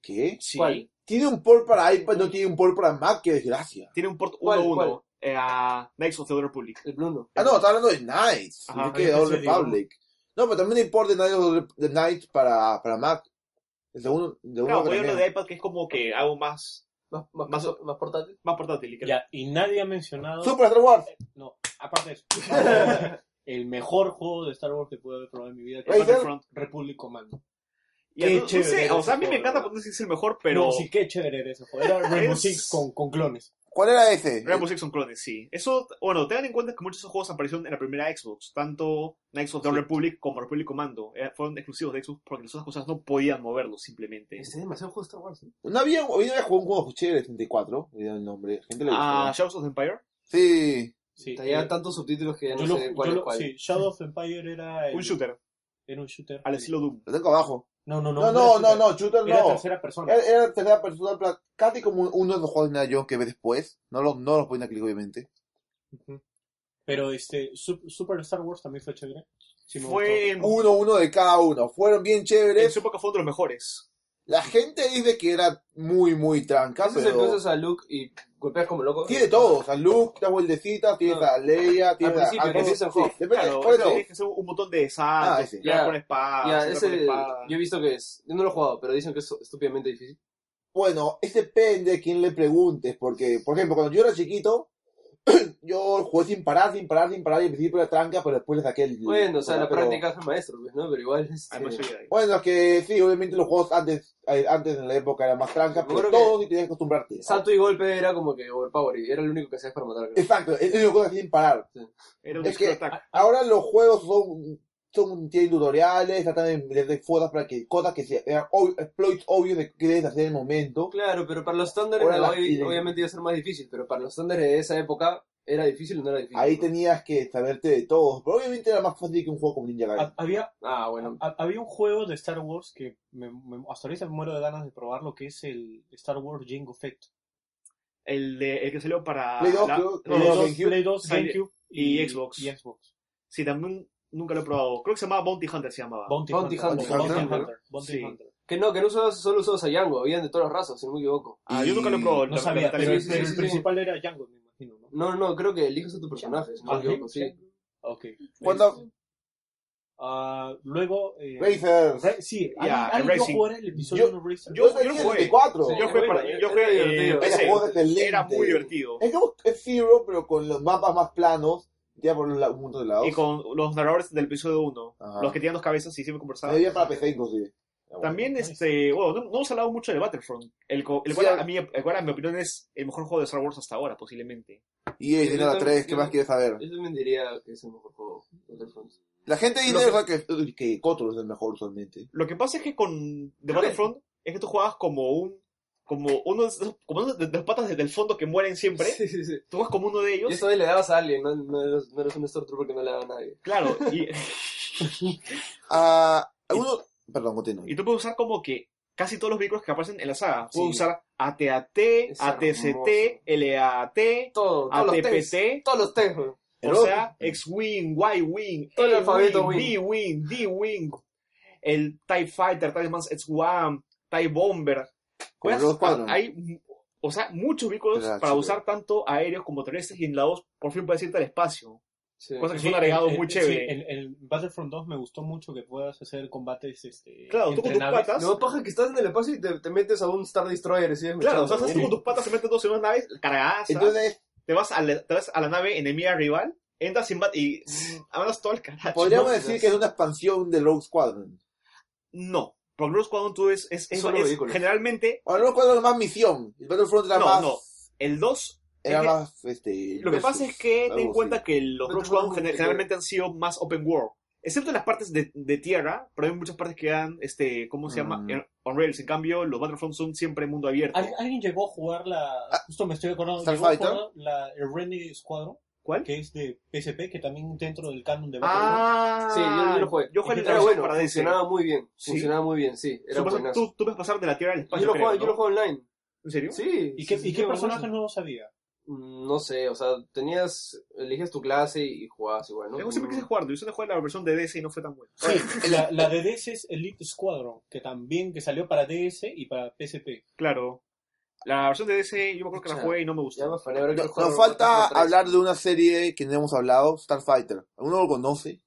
¿Qué?
Sí.
¿Cuál?
Tiene un port para iPad, no tiene un port para Mac, qué desgracia.
Tiene un port
¿Cuál,
1.1 eh, a Knights of the Old Republic.
El Bruno.
Ah, no, está hablando de Knights.
Ajá,
Yo que
yo
Old
pensé, digo-
Republic. No, pero también hay port de Knights, of the- de Knights para, para Mac. El segundo, el segundo
Claro, pues voy a hablar
también.
de iPad que es como que algo más,
Más, más,
Más-
más, más portátil.
más portátil. y que-
Ya, y nadie ha mencionado.
Super Star Wars.
No, aparte de eso. el mejor juego de Star Wars que pude haber probado en mi vida, que
Razer.
es Battlefront Republic Commando.
Y
Qué
no- no,
chévere
sé,
era
o sea, a mí
ese
me encanta
juego,
cuando es el mejor, pero
No, sí, qué chévere era ese juego. Era Rainbow
Es-
Six con, con clones.
¿Cuál era ese? Eh,
Rainbow Six son clones, sí. Eso, bueno, tengan en cuenta que muchos de esos juegos aparecieron en la primera Xbox, tanto Knights of the Old Republic como Republic Commando. eh, Fueron exclusivos de Xbox porque las otras cosas no podían moverlos simplemente.
Este es demasiado juego de Star Wars. ¿eh?
No había, hoy no había jugado un juego chévere de 64. Era el nombre. Gente le gustaba.
Ah, Shadows of the Empire.
Sí.
Sí,
Traía
eh,
tantos subtítulos que ya
yo
no
lo-
sé
yo
cuál es
lo-
cuál.
sí, Shadow of Empire era. el-
Un shooter,
Era un shooter.
al estilo Doom.
Lo tengo abajo.
No, no, no.
No,
era
no, no,
shooter.
no. Shooter
Era
no. Eh,
tercera persona.
Era, era tercera persona, pla- casi como uno de los juegos de Nina Jones que ve después. No los, no los ponen a clic, obviamente.
Ujú. Pero este, Sup- Super Star Wars también fue chévere. Sí me
Fue en,
Uno, uno de cada uno. Fueron bien
en
chéveres.
su época fue uno de los mejores.
La gente dice que era muy, muy tranca,
Haces
Ah, pero...
cosas a Luke y golpeas como loco.
Tiene todo, o sea, Luke, está vueltecita, tienes
No.
a Leia, tienes a
principio,
Han
que
Solo.
empieza el juego.
Sí, depende,
Claro,
por
eso
eso.
tienes que hacer un montón de saltos,
Ah, ese.
tirar
Ya.
con espadas,
Ah,
Ya,
saltar con
ese
espadas.
yo he visto que es. Yo no lo he jugado, pero dicen que es estúpidamente difícil.
Bueno, es depende de quién le preguntes, porque, por ejemplo, cuando yo era chiquito, yo jugué sin parar, sin parar, sin parar, y al principio era tranca, pero después le saqué el...
Bueno, o sea, la
pero-
práctica es el maestro, pues, ¿no? Pero
Ah,
igual. Este...
Además, soy Jedi.
Bueno, es que sí, obviamente los juegos antes, eh, antes en la época eran más tranca,
Yo
pero
creo que-
todos y tenías que acostumbrarte.
Salto y golpe era como que overpower y era el único que hacías para matar. creo.
Exacto, es una cosa sin parar.
Era un
Es que-
extra attack.
Ahora los juegos son, son tienen tutoriales, tratan de de fotos para que cosas que se- eran ob- exploits obvios de que debes hacer en el momento.
Claro, pero para los estándares
Ahora
de
la-
hoy,
y-
obviamente iba a ser más difícil, pero para los estándares de esa época, ¿Era difícil o no era difícil?
Ahí
¿no?
tenías que saberte de todos. Pero obviamente era más fácil que un juego como Ninja Gaiden.
Ha- Había,
Ah, bueno.
ha- había un juego de Star Wars que me- me- hasta ahorita me muero de ganas de probar lo que es el Star Wars Jango Fett.
El, de, el que salió para
Play dos,
la-
creo-
no,
Play
no,
Play
dos.
no.
dos-
GameCube.
Play dos,
Sale-
GameCube
y Xbox.
y Xbox.
Sí, también nunca lo he probado. Creo que se llamaba Bounty Hunter, se llamaba.
Bounty,
Bounty
Hunter.
Hunter,
Bounty
¿no?
Hunter. Bounty
Sí.
Hunter.
Que no, que no solo, solo usabas a Django, habían de todas las razas, si no me equivoco.
Ah, yo nunca lo he probado.
No
la-
sabía, pero,
lamentablemente.
sí,
pero
sí,
el
sí.
principal era Django, me imagino, ¿no?
No, no, creo que eliges a tu personaje, si no me
Ah, ¿sí?
equivoco, sí.
Ok.
Cuando-
Ah, luego... eh,
Racers.
Ra- sí,
Ya,
¿alguien-
el
¿alguien
Racing.
llegó a jugar el episodio
Yo-
1 Racer?
yo-
tenía
no
el
jugué.
24.
Sí,
Yo jugué, para,
bueno,
yo
era
jugué en
divertido.
Era
PC.
juego excelente.
Era muy divertido.
Es como F Zero, pero con los mapas más planos, ya por un, la- un montón de lados.
Y con los narradores del episodio 1,
Ajá.
los que tenían dos cabezas y siempre conversaban.
Había para PC inclusive. Era bueno.
También,
Nice.
este, bueno, no, no hemos hablado mucho de Battlefront, el, co- el
Sí,
cual,
al-
a mí, el cual, a mi opinión, es el mejor juego de Star Wars hasta ahora, posiblemente.
Y
Yo
es la
también-
3, ¿qué
yo-
más quieres saber?
Yo también diría que es el mejor juego de Battlefront.
La gente dice
Lo que-
o sea, que, que Kotor es el mejor usualmente.
Lo que pasa es que con The Battlefront es que tú jugabas como un como uno de esos- como uno de de los patas desde el fondo que mueren siempre.
Sí, sí, sí.
Tú vas como uno de
Y
ellos.
eso de le dabas a alguien, no, no, eras, no eras un Stormtrooper que no le daba a nadie.
Claro, y,
Ah, uno... Perdón, continúa.
y tú puedes usar como que casi todos los vehículos que aparecen en la saga. Puedes
Sí.
usar ATAT,
Es hermoso.
ATCT, LAAT,
Todo, todos los Ts.
ATPT.
Todos los Ts, güey.
O
Pero-
sea, X-Wing, Y-Wing,
Todo el alfabeto Wing.
B-Wing, D-Wing, el TIE Fighter, TIE Mans X-1, TIE Bomber.
Como
Juegas-
los Squadron.
Hay, mm, o sea, muchos vehículos
Era
para
chévere.
usar tanto aéreos como terrestres y en la 2 por fin puedes irte al espacio.
Sí.
Cosa que es
Sí,
un agregado
el-
muy
el-
chévere.
sí, el, el Battlefront 2 me gustó mucho que puedas hacer combates este,
Claro, tú con tus
naves.
patas.
No, paja que estás en el espacio y te, te metes a un Star Destroyer y sigues
Claro, o
mechando,
sea, estás tú
¿no?
con tus patas, se meten dos en una nave, cargadas,
Entonces,
te, vas a la, te vas a la nave enemiga rival, entras sin bat y mm, mandas todo el carajo.
podríamos
no,
decir
ya.
que es una expansión de Rogue Squadron.
No, porque Rogue Squadron 2 es, es, es-
Solo
es-
vehículos.
generalmente
Ahora, Rogue Squadron era más misión. El Battlefront era
No,
más...
no. el 2
Era
Es que-
más, este...
Lo que pasa
versus,
es que ten
algo
en cuenta
así.
que los
Pero
Rogue Squadron
no es
gener-
multiplayer.
generalmente han sido más open world. Excepto en las partes de, de tierra, pero hay muchas partes que dan, este, ¿cómo se llama?
Mm.
En- On rails. En cambio, los Battlefront son siempre mundo abierto.
¿Al- ¿Alguien llegó a jugar la.
Ah,
Justo me estoy acordando. ¿Llegó a
¿Starfighter?
jugar la el Renegade Squadron?
¿Cuál?
Que es de PSP, que también dentro del canon de Battlefront.
Ah,
Sí, yo, yo lo jugué.
Yo jugué en la
era
versión
bueno,
para DC.
funcionaba muy bien.
Sí.
Funcionaba muy bien, sí. Era
Tú pasas-
buenazo.
tú, tú puedes pasar de la tierra al
Yo,
espacio.
lo
creo,
juego, yo
¿no?
lo juego online.
¿En serio?
Sí.
¿Y qué,
sí,
y
sí,
qué
buenazo.
personaje nuevo sabía?
Mm, No sé, o sea, tenías, elegías tu clase y, y jugabas igual, ¿no?
Yo siempre quise jugarlo. Yo solo jugué la versión de DC y no fue tan buena.
Sí, la, la de DS es Elite Squadron, que también que salió para DS y para PSP.
Claro. La versión de DC yo me acuerdo que la
Escucha,
jugué y no me
Ya
gustó.
me afané, ahora quiero
No-
jugar
nos
Battlefront
falta
3.
hablar de una serie que no hemos hablado, Starfighter. ¿Alguno lo conoce?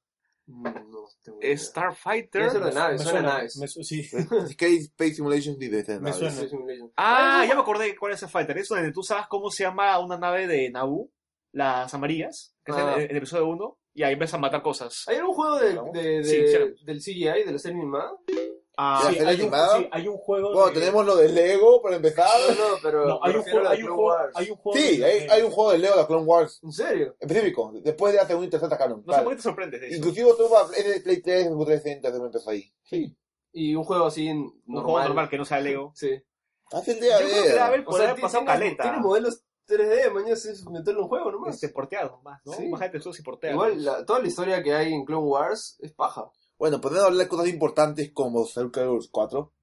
Mm, No, tengo idea. Debe ser
Starfighter.
de naves,
Me
suena a naves.
me su- sí.
Skate Space Simulation y de este
Me
naves.
suena.
Sí, Simulation.
Ah, ya me acordé cuál es el fighter. Es donde tú sabes cómo se llama una nave de Naboo, las amarillas, que es
Ah.
el, el episodio 1, y ahí empiezan a matar cosas.
¿Hay algún juego de, de, de-
Sí, sí.
del CGI, de la serie animada?
Ah,
¿La
Sí,
serie
hay un,
animada?
sí, hay un juego.
Bueno,
de-
tenemos lo de Lego para empezar.
No, no, pero
No, hay
me refiero a
un juego.
la
Hay un
Clone
juego,
Wars.
hay un juego
Sí,
de-
hay, hay un juego de Lego de Clone Wars.
¿En serio?
En específico, después de hace un interesante canon.
no sé por qué te sorprendes de eso.
Inclusive tuvo a Play Play 3, Xbox 360, también empezó ahí. Sí.
Y un juego así en-
Un
normal.
juego normal que no sea Lego.
Sí.
Hace el
Yo
día de
creo que debe haber,
ayer.
poder haber
ti-
pasado
tiene-
caleta.
Tiene modelos 3D, mañana es meterlo en un juego nomás.
Este, porteado, más, ¿no?
Sí.
Más gente y porteado.
Igual, la- toda la historia que hay en Clone Wars es paja.
Bueno, podemos hablar de cosas importantes como Soul Calibur 4.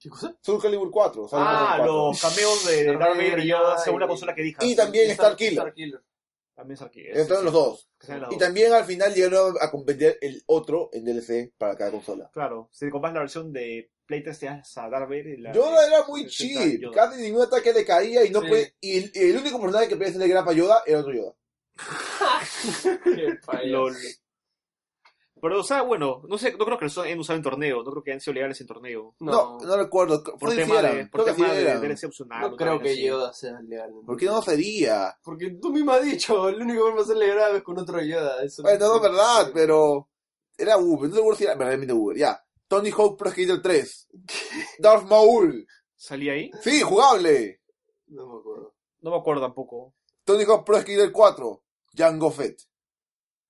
¿Qué cosa?
Soul Calibur 4. Soul
ah,
Calibur 4.
los cameos de
Darth
Darth Vader y Yoda,
Vader,
según la
y-
consola que dijas.
Y también
Star-
Starkiller.
Star Killer.
También es aquí.
Están los dos.
Que sean las
Y
dos.
también al final llegaron a competir el otro en DLC para cada consola.
Claro, si compras la versión de Playtest, te das a Darth Vader y la.
Yoda era muy
Sí, sí,
cheap,
Yoda.
casi ningún ataque le caía y no
Sí.
puede- y el, y el único personaje que podía hacerle grapa a Yoda era otro Yoda.
Qué payaso.
LOL. Pero, o sea, bueno, no sé, no creo que los hayan usado en torneo, no creo que hayan sido legales en torneo.
No,
No,
no, recuerdo, creo-
Por
sí
tema
eran,
de, por
creo que sí
tema de,
eran.
DLC opcional.
no
una
creo
vaina
que
así.
Yoda sea legal.
¿Por qué no sería?
Porque tú mismo has dicho, el único forma de hacerle grave es con otro Yoda. Eso
Bueno, no,
sé.
es verdad, pero era Uber, no recuerdo si era verdaderamente Uber, ya. Tony Hawk Pro Skater 3. Darth Maul.
¿Salí ahí?
Sí, jugable.
No me acuerdo.
No me acuerdo tampoco.
Tony Hawk Pro Skater 4. Django Fett.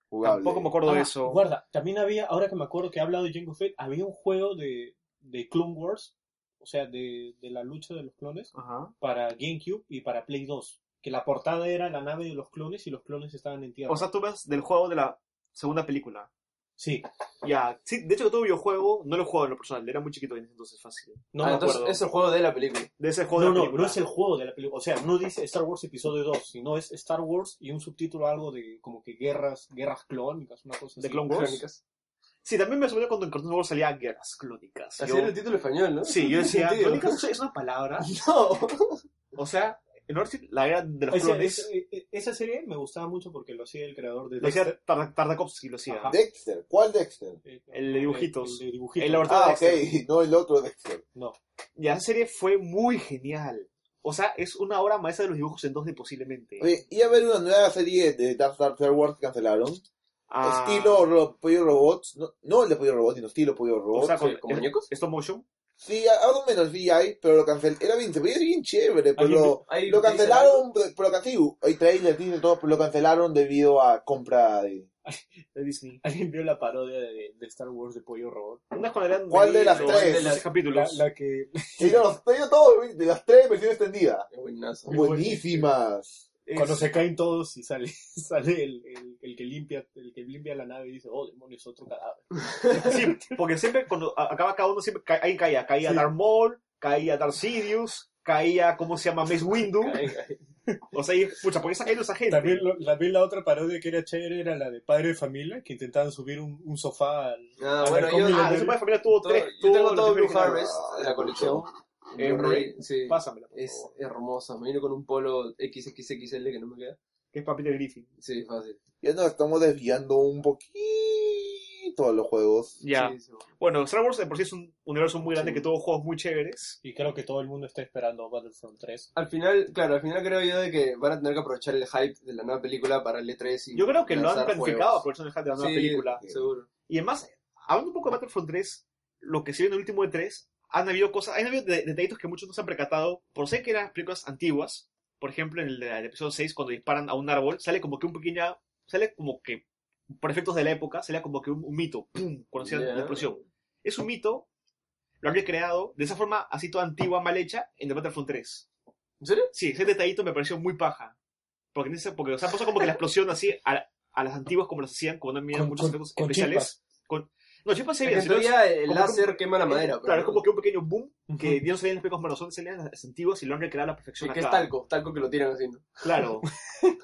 Jugable.
Tampoco me acuerdo de
Ah,
eso.
Guarda, también había, ahora que me acuerdo que he hablado de Jango Fett, había un juego de, de Clone Wars, o sea, de, de la lucha de los clones,
Ajá.
para GameCube y para Play 2. que la portada era la nave de los clones y los clones estaban en tierra.
O sea, tú ves del juego de la segunda película.
sí,
Ya, sí, de hecho todo videojuego no lo he jugado en lo personal, era muy chiquito en ese entonces fácil.
no
Ah,
me
entonces
acuerdo.
es el juego de la película.
De ese juego
No,
de la
no,
película.
no es el juego de la película. O sea, no dice Star Wars Episodio 2, sino es Star Wars y un subtítulo algo de como que guerras, guerras clónicas, una cosa
¿De
así.
Clone Wars?
Clónicas.
Sí, también me sorprendió cuando en Cartoon Network salía Guerras Clónicas.
Así
Yo-
era el título español, ¿no?
Sí, yo decía,
Sentido.
Clónicas o sea, es una palabra.
No.
O sea, en Orchid, la era de los
Ese-
clones,
ese- e- esa serie me gustaba mucho porque lo hacía el creador de
lo
Dexter.
hacía Tar- Tartakovsky, lo hacía.
Ajá.
Dexter, ¿cuál Dexter?
Eh,
El de dibujitos.
El de dibujitos.
El laboratorio.
Ah,
Dexter.
ok, no el otro Dexter.
Y esa serie fue muy genial. O sea, es una obra maestra de los dibujos en 2D posiblemente.
Oye, iba a haber una nueva serie de Dark Star Star Wars que cancelaron.
Ah,
Estilo ro- Pollo Robots. No, no el de Pollo Robots, sino estilo Pollo
O
Robots.
sea, con,
Sí, ¿con eh, muñecos?
Stop motion.
sí, a- algo menos vi ahí, pero lo cancelaron. Era bien, se veía bien chévere, pero
¿Alguien-
lo,
ahí
lo
te dicen
cancelaron. Pero pero cancelaron. Hay trailers, dice todo, pero lo cancelaron debido a compra de.
De Disney.
¿Alguien vio la parodia de, de Star Wars de Pollo Robot?
Una cuando eran
¿Cuál de las
los-
tres?
de los
La,
capítulos.
la que...
Sí, no, los- te digo todo, de las tres versiones extendidas.
Qué buenazo.
Buenísimas.
Es-
Cuando se caen todos y sale, sale el, el- el que limpia, el que limpia la nave y dice, oh demonios, otro cadáver.
Sí, porque siempre cuando a- acaba cada uno, siempre ca- alguien caía. Caía
Sí.
Darth Maul, caía Darth Sidious, caía, ¿cómo se llama? Mace Windu. O sea, y, pucha, ¿por qué está cayendo esa gente?
También, lo- también la otra parodia que era chévere era la de padre de familia, que intentaban subir un, un sofá al-
Ah,
A
bueno,
ver,
yo,
¿cómo
Ah,
le-
de Super Familia tuvo
todo-
tres.
yo
tuvo
tengo
la
todo
primera
Blue
original.
Harvest de la colección.
Eh,
Blu-ray, sí.
Pásamela, pues, por
Es
favor.
hermosa. Me vino con un polo XXXL que no me queda.
Que es para Peter Griffin.
Sí, fácil.
Ya nos estamos desviando un poquito a los juegos.
Ya.
Sí, sí.
Bueno, Star Wars de por sí es un universo muy grande
Sí.
que tuvo juegos muy chéveres.
Y creo que todo el mundo está esperando Battlefront 3.
Al final, claro, al final creo yo de que van a tener que aprovechar el hype de la nueva película para el E3 y
Yo creo que lo han
lanzar
planificado
juegos.
aprovechando el hype de la nueva
Sí,
película.
seguro.
Y además, hablando un poco de Battlefront 3, lo que se vio en el último de 3, han habido cosas, han habido de- detallitos que muchos no se han percatado, por ser que eran películas antiguas. Por ejemplo, en el, de- el episodio 6, cuando disparan a un árbol, sale como que un pequeña, sale como que, por efectos de la época, sale como que un, un mito, ¡pum!, cuando hacían
Ya.
la explosión. Es un mito, lo han recreado, de esa forma así toda antigua, mal hecha, en The Battlefront 3.
¿En serio?
Sí, ese detallito me pareció muy paja. Porque, en ese- porque o sea, pasó como que la explosión así a, a las antiguas como las hacían, como no miran
Con-
muchos
con-
efectos
con
especiales. Con, no, chispas se
Es que
veían,
en
sino es-
teoría el
como-
láser quema la madera.
es-
pero-
Claro, es como que un pequeño boom que
Ujú.
Dios salía en las películas maravillosas, salían las antiguas y lo han recreado a la
Sí,
perfección.
que es
acá.
talco, talco que lo tiran así, ¿no?
Claro.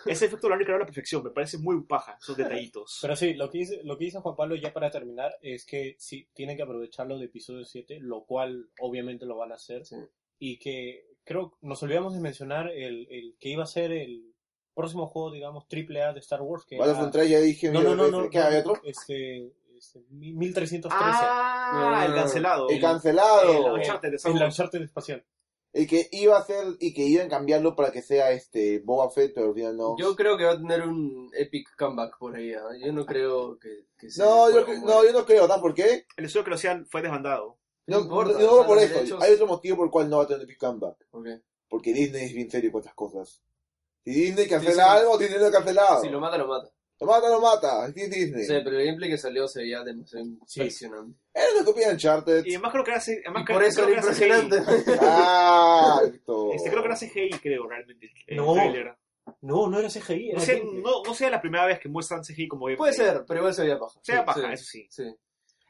Ese efecto lo han recreado a la perfección, me parece muy paja, esos detallitos.
Pero sí, lo que, dice, lo que dice Juan Pablo ya para terminar es que sí, tienen que aprovecharlo de episodio 7, lo cual obviamente lo van a hacer.
Sí.
Y que creo, nos olvidamos de mencionar el, el que iba a ser el próximo juego, digamos, triple A de Star Wars. Que era-
Battlefront 3 ya dije,
No,
mira,
no, no, no.
¿qué
no,
hay otro?
Este, este, mi- 1313.
Ah, el cancelado.
El
El,
cancelado.
Uncharted de Star
Eh, el
Wars.
Uncharted espacial.
El que iba a ser y que iban a cambiarlo para que sea este Boba Fett, pero al final no.
Yo creo que va a tener un epic comeback por ahí. ¿ah? Yo no creo que, que sea
no,
el
yo,
juego
cre-
bueno.
no, yo no creo, ¿sabes por qué?
El estudio que lo hacían fue desbandado.
No,
No importa,
no, no
o sea,
por
los
eso.
derechos-
Hay otro motivo por el cual no va a tener Big Comeback.
Ok.
Porque Disney es bien serio con estas cosas. Si Disney cancela
sí.
algo, Disney lo ha cancelado.
Si lo mata, lo mata.
Lo mata, lo mata. Así es Disney.
Sí, pero el gameplay que salió se veía demasiado
Sí.
impresionante.
Era una copia de Uncharted.
Y además creo que era, C- además
Y
creo-
por eso
creo
era
que era CGI.
impresionante.
Ah, Exacto.
Este, creo que era CGI, creo, realmente. El
No.
trailer.
No, no era CGI.
No,
Era
sea,
gameplay.
no, no sea la primera vez que muestran CGI como gameplay.
Puede ser, pero igual se veía paja.
Sea
Sí,
paja,
sí,
eso sí.
sí.